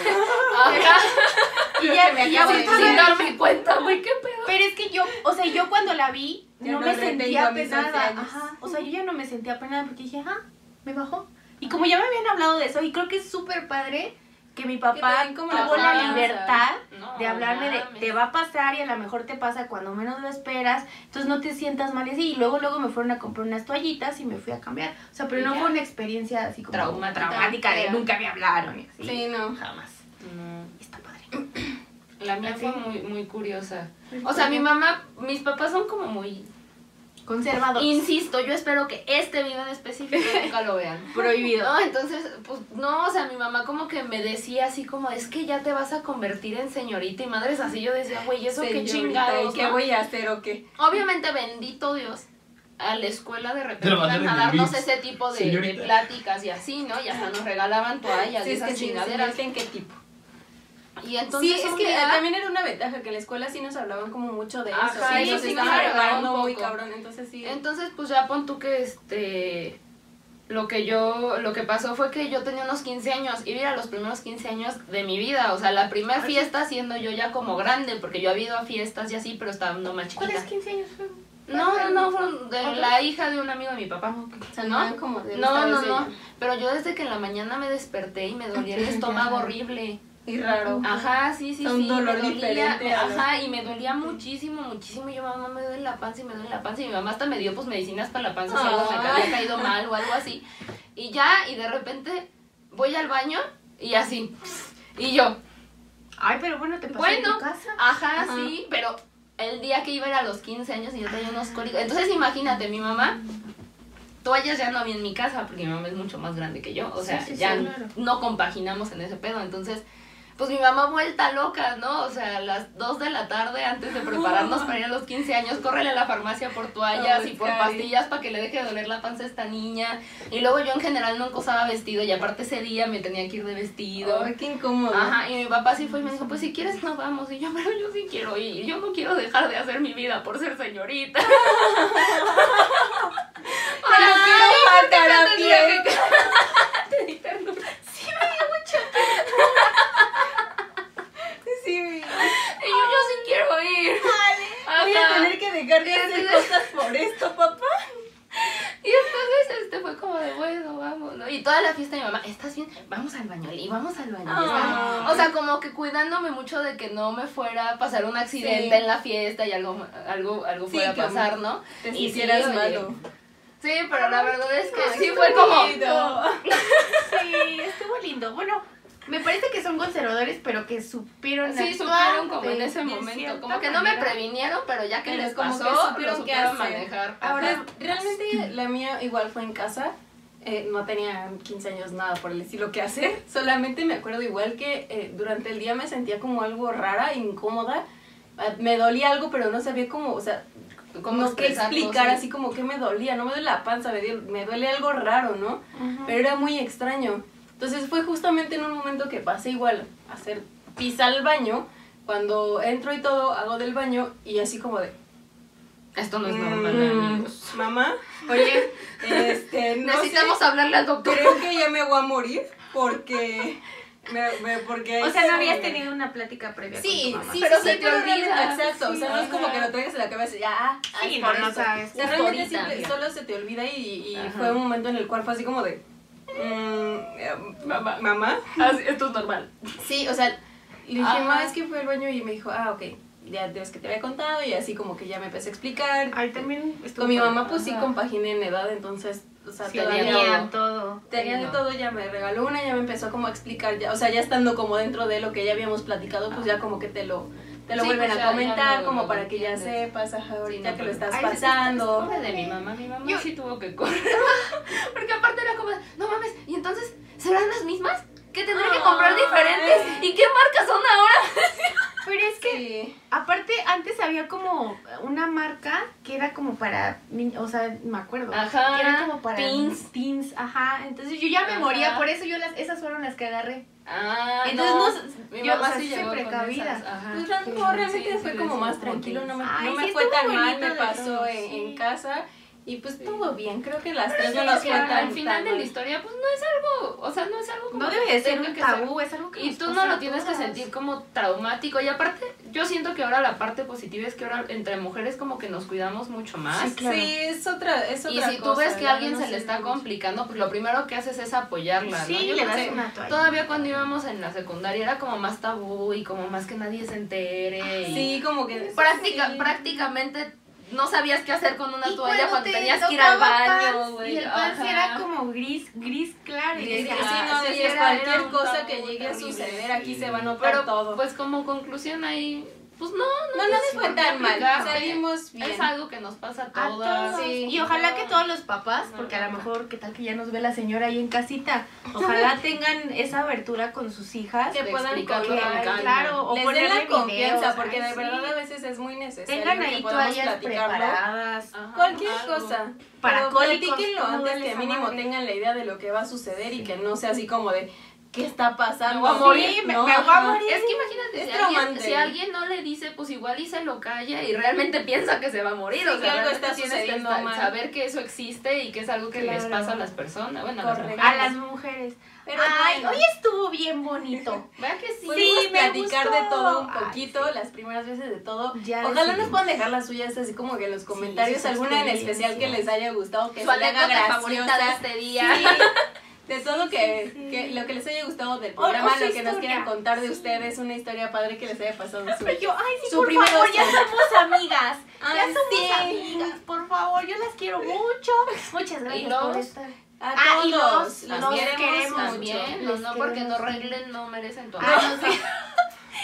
Ajá.
Y ya,
me
y ya
acabo de
volteaba.
Sin darme cuenta, güey, qué pedo.
Pero es que yo, o sea, yo cuando la vi
Ya
no
no
me
retengo
sentía
a mis
penada.
11 años.
Ajá, o sea, yo ya no me sentía penada porque dije, ah, me bajó. Y como ya me habían hablado de eso y creo que es súper padre que mi papá
también como la
tuvo la
confianza.
libertad
No,
de hablarme de
mames.
te va a pasar y a lo mejor te pasa cuando menos lo esperas, entonces no te sientas mal y así. Y luego, luego me fueron a comprar unas toallitas y me fui a cambiar. O sea, pero
Y
no
ya.
fue una experiencia así como
Traumática.
traumática de nunca me hablaron y así.
Sí, no.
Jamás.
No.
Está padre.
La mía
¿Ah,
fue
sí?
muy, muy curiosa. O sea, mi mamá, mis papás son como muy...
Conservador.
Insisto, yo espero que este video en específico nunca lo vean.
Prohibido.
No, entonces, pues no, o sea, mi mamá como que me decía así como, es que ya te vas a convertir en señorita y madres así, yo decía, güey, eso qué
Señorita,
chingados,
¿y ¿Qué
¿no?
voy a hacer o qué?
Obviamente, bendito Dios, a la escuela de repente
Trabajar
iban
en
a
el
darnos
Vips,
ese tipo de, de
señorita.
pláticas y así, ¿no? Y hasta nos regalaban toallas
Sí,
y
es
esas
que sí,
chingaderas.
señorita, ¿en qué tipo?
Y entonces
sí, es
un
que
día-
eh, también era una ventaja que en la escuela sí nos hablaban como mucho de eso.
Ajá,
sí,
sí,
nos
sí,
estaban
nos hablaban
preparando
un
muy
poco.
cabrón, entonces sí.
Entonces, pues ya pon tú que este. Lo que yo. Lo que pasó fue que yo tenía unos 15 años. Y mira, los primeros 15 años de mi vida. O sea, la primera fiesta siendo yo ya como grande. Porque yo había ido a fiestas y así, pero estaba no más chiquita.
¿Cuáles 15 años fue?
No,
Ah,
no, no. Fueron de la hija de un amigo de mi papá.
o sea,
¿no?
eran como de
No,
esta
no,
vez
no.
ella.
Pero yo desde que en la mañana me desperté y me dolía el estómago horrible.
Y raro.
Ajá, sí, sí,
O sea, un
sí.
dolor
me dolía,
diferente a lo-
ajá, y me dolía muchísimo, muchísimo. Yo, mamá, me duele la panza y me duele la panza. Y mi mamá hasta me dio pues medicinas para la panza, si algo me
Ay.
había caído mal o algo así. Y ya, y de repente voy al baño y así. Y yo,
Ay, pero bueno, te pasó en
Bueno.
tu casa.
ajá, sí, pero el día que iba era a los 15 años y yo tenía unos cólicos. Entonces imagínate, mi mamá, toallas ya no había en mi casa porque mi mamá es mucho más grande que yo. O sea,
Sí, sí, sí,
ya
claro.
no compaginamos en ese pedo. Entonces, pues mi mamá vuelta loca, ¿no? O sea, a las 2 de la tarde antes de prepararnos para ir a los 15 años, córrele a la farmacia por toallas
Ay,
y por
Cari.
pastillas para que le deje de doler la panza a esta niña. Y luego yo en general nunca usaba vestido y aparte ese día me tenía que ir de vestido.
Ay, qué incómodo.
Ajá, y mi papá sí fue y me dijo, pues si quieres no vamos. Y yo, pero yo sí quiero ir, yo no quiero dejar de hacer mi vida por ser señorita. [LAUGHS] Ay,
Matar a
te
pie.
tenía que- Te di ternura.
Sí, güey.
Y yo, yo sí quiero ir.
Voy
Ajá.
a tener que dejar de hacer cosas por esto, papá.
Y entonces este fue como de bueno, vamos, ¿no? Y toda la fiesta mi mamá, ¿estás bien? Vamos al baño, y vamos al baño. Lili,
Ah.
vamos". O sea, como que cuidándome mucho de que no me fuera a pasar un accidente
Sí.
en la fiesta y algo algo algo
Sí,
fuera a
como
pasar, ¿no?
Te
Y sí,
sintieras
oye,
malo.
Sí, pero la verdad es que sí
qué
fue como
bonito.
[LAUGHS] Sí, estuvo lindo. Bueno, me parece que son conservadores, pero que supieron
Sí,
actuar
supieron como en
de-
ese
de
momento.
cierta
Como que no me
manera.
previnieron, pero ya que
Pero
les
como
pasó,
que supieron
lo
qué
supieron
hacer.
manejar.
Ahora,
Ajá.
realmente la mía igual fue en casa. eh, no tenía 15 años nada por el estilo que hacer. Solamente me acuerdo igual que eh, durante el día me sentía como algo rara, incómoda. Ah, Me dolía algo, pero no sabía cómo, o sea, como que
expresarlo,
explicar
sí.
así como que me dolía. No me duele la panza, me, dio- me duele algo raro, ¿no?
Ajá.
Pero era muy extraño. Entonces fue justamente en un momento que pasé igual a hacer pisa al baño, cuando entro y todo, hago del baño y así como de,
Esto no es normal,
mm,
amigos.
mamá, oye, este, no
Necesitamos hablarle al
sé, [LAUGHS]
doctor.
creo que ya me voy a morir porque, me- me- porque
O sea, no habías
este,
tenido una plática previa
Sí,
con tu mamá.
sí,
Pero
sí,
se
sí,
te
pero
olvida.
realmente- Exacto, o sea, no es como
ajá.
que lo traigas en la cabeza y ya, ah, ah,
Sí,
es
no,
por
no
esto.
sabes.
O sea,
Justo
realmente
ahorita.
simple- solo se te olvida y, y
Ajá.
fue un momento en el cual fue así como de, mm, eh, mamá, mamá.
esto es normal.
Sí, o sea, y le dije,
Ajá.
mamá, es que fue al baño y me dijo, ah, ok, ya ves que te había contado y así como que ya me empecé a explicar.
Ahí también estuvo
Con mi mamá pues sí
Ajá.
compaginé en edad, entonces, o sea,
Sí,
todavía...
tenía-
Tenía todo.
Tenía de
No.
todo, ya me regaló una, ya me empezó como a explicar, ya, o sea, ya estando como dentro de lo que ya habíamos platicado, pues ya como que te lo, te lo
Ah. Sí,
vuelven
pues
a
ya-
comentar,
ya lo-
como
lo
para que ya
entiendes.
sepas, ajá, ahorita
no,
que lo
pero-
estás
Ay, ese-
pasando.
Pobre de mi mamá, mi mamá
Yo-
sí tuvo que correr. [LAUGHS] Porque aparte era como, no mames, y entonces, ¿serán las mismas? Que tendré que comprar
Ay.
diferentes. ¿Y qué marcas son ahora?
Pero es que
Sí.
Aparte, antes había como una marca que era como para, ni- o sea, me acuerdo.
Ajá,
Que era como para
teens.
teens, ajá. Entonces yo ya me
Ajá.
moría, por eso yo las, esas fueron las que agarré.
Ah,
Entonces, no sé,
Mi
yo,
mamá
o sea,
sí
sí
llegó
soy
con
precavida.
esas, ajá.
Pues la- no, realmente
ah, Sí,
fue
sí,
como
sí,
más
sí,
tranquilo,
sí.
no me,
Ay,
no
sí,
me fue
estuvo
tan mal,
bonito
me
de
pasó
todo,
en,
sí.
en casa y pues
Sí.
todo bien, creo que las
Pero
tres
sí,
no nos fue
que
tan
al final
tan
de la
mal.
historia, pues no es algo, o sea, no es algo como
No
que
debe de ser
tenga
un
que ser.
tabú, es algo que
Y
nos
tú
pasa
no
a
lo tienes que
todas.
sentir como traumático. Y aparte, yo siento que ahora la parte positiva es que ahora entre mujeres como que nos cuidamos mucho más.
Sí, claro.
Sí, es otra, es
Ah, Y
otra
si tú
cosa,
ves que
ya
a alguien
no
se
sé
le está
mucho.
complicando, pues lo primero que haces es apoyarla, ¿no?
Sí,
Yo
le
creo
das
que
una toalla.
Todavía cuando íbamos en la secundaria era como más tabú y como más que nadie se entere.
Ah,
y
Sí, como que...
práctica-
sí.
Prácticamente no sabías qué hacer con una
Y
toalla cuando
te
tenías que ir al
tocaba
baño,
Pans,
güey.
Y el pan
Ajá.
era como gris, gris claro. y
Gris,
Sí,
decía, "Ah,
gris,
"Ah, sí, no,
sí,
decías
era-
cualquier
era un
cosa
tabú
que llegue a
terrible,
suceder aquí
sí.
se va a notar
Pero
todo.
pues como conclusión ahí, pues no, no,
no, no
tienes
nos fue
por qué
tan mal,
aplicarte.
salimos bien.
Es algo que nos pasa a
A
todas.
todos.
sí.
Y ojalá que todos los papás,
No,
porque a
no.
lo mejor, ¿qué tal que ya nos ve la señora ahí en casita? [LAUGHS] Ojalá tengan esa abertura con sus hijas.
Que
de
puedan
explicarlo
colgar,
con calma.
claro,
Les
o
den
ponerle
la confianza,
videos,
porque
ay,
de verdad
sí.
a veces es muy necesario
Tengan
que
ahí
podamos
toallas
platicarlo.
preparadas.
Ajá,
Cualquier
algo.
cosa.
Para
Pero
cólicos,
platíquenlo
todo
antes
duele
que
esa
mínimo
madre.
tengan la idea de lo que va a suceder y que no sea así como de ¿qué está pasando?
Me voy a morir,
Sí,
me-
no,
me voy a
no.
morir.
Es que imagínate,
Es
si, alguien,
traumante.
si alguien no le dice, pues igual y se lo calla y realmente piensa que se va a morir.
Sí,
o sea,
que algo
realmente
está
tienes que
sucediendo
sa-
mal.
saber que eso existe y que es algo que les
Claro.
pasa a las personas. Bueno, a las
Correcto.
mujeres.
A las mujeres.
Pero
Ay,
bueno.
hoy estuvo bien [LAUGHS] bonito.
Vea que sí.
Podemos
Sí, me
platicar de
gustó.
todo un
Ay,
poquito, las primeras veces de todo.
Ya
Ojalá
decidimos.
nos puedan dejar las suyas así como que en los comentarios,
sus
alguna en especial que les haya gustado, que
Su
se le haga
anécdota favorita de
graciosa.
este día.
De todo que, que lo que les haya gustado del
O- o
programa,
su
lo que nos
historia.
quieran contar de ustedes, una historia padre que les haya
[LAUGHS]
pasado su
Pero yo, ay, sí,
Su
por
primero
favor, ya
sí.
somos [LAUGHS] amigas.
Ay,
ya somos
sí.
amigas, por favor, yo las quiero mucho. Muchas
Y
gracias
los-
por estar.
A
Ah, y
todos,
los-
los,
los
queremos,
queremos
mucho.
También, no,
Les
no, porque no
queremos.
reglen, no merecen tu amor.
[LAUGHS] Ah, no, sí.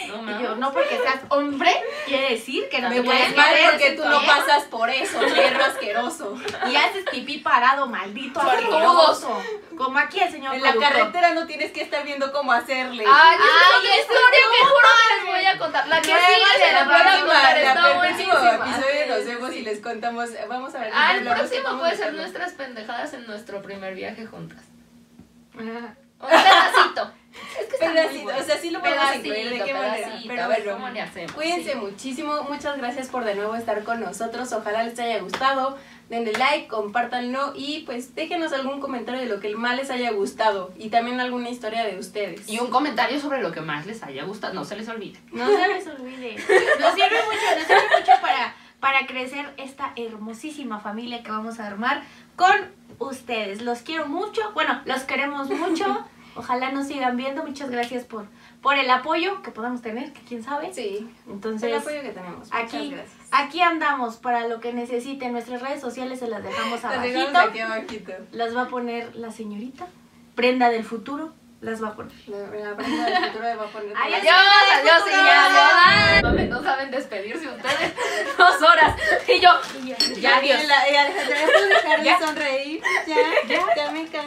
No,
Y yo,
mames.
no porque seas hombre, quiere decir que no
Me
te puedes
caes mal
querer,
porque tú no
¿eh?
pasas por eso, perro asqueroso.
Y haces pipí parado, maldito
Sortudo.
asqueroso. Como aquí el señor
En la
productor.
carretera no tienes que estar viendo cómo hacerle.
Ah,
Ay, esa es
Ay,
otra historia que juro que les voy a contar. La que
Luego
sigue se
en
Pues la
la
voy a contar. Está
próxima, la- el próximo
buenísima.
episodio nos vemos y les contamos. eh, Vamos a ver.
Ah,
qué
el
hablamos,
próximo
cómo
puede
nos
ser este
habla.
nuestras pendejadas en nuestro primer viaje juntas.
Ah.
[LAUGHS]
Un pedacito. Es que está muy
Pedacito,
bueno.
o sea, sí lo podemos
pedacito,
incluir de qué manera.
pedacito.
Pero
a ver,
bueno,
¿cómo le hacemos?
Cuídense muchísimo, muchas gracias por de nuevo estar con nosotros, ojalá les haya gustado, denle like, compártanlo y pues déjenos algún comentario de lo que más les haya gustado y también alguna historia de ustedes.
Y un comentario sobre lo que más les haya gustado. No se les olvide.
No se les olvide. Nos sirve mucho, nos sirve mucho para, para crecer esta hermosísima familia que vamos a armar con ustedes. Los quiero mucho, bueno, los queremos
[LAUGHS]
mucho. Ojalá nos sigan viendo. Muchas gracias por, por el apoyo que podamos tener, que quién sabe.
Sí, es el
Entonces,
apoyo que tenemos. muchas
aquí,
gracias.
aquí andamos para lo que necesiten. Nuestras redes sociales se las dejamos
Las dejamos
abajito.
aquí abajito.
Las va a poner la señorita. Prenda del futuro. Las va a poner.
La, la prenda del futuro va a poner.
Adiós.
Adiós, adiós, y ya, adiós. Mames, No saben despedirse ustedes. [LAUGHS] Dos horas. Y yo,
Y ya.
ya, adiós.
Ya, ya, ya, ya puedo dejar de sonreír. Ya, ya, ya me cansé.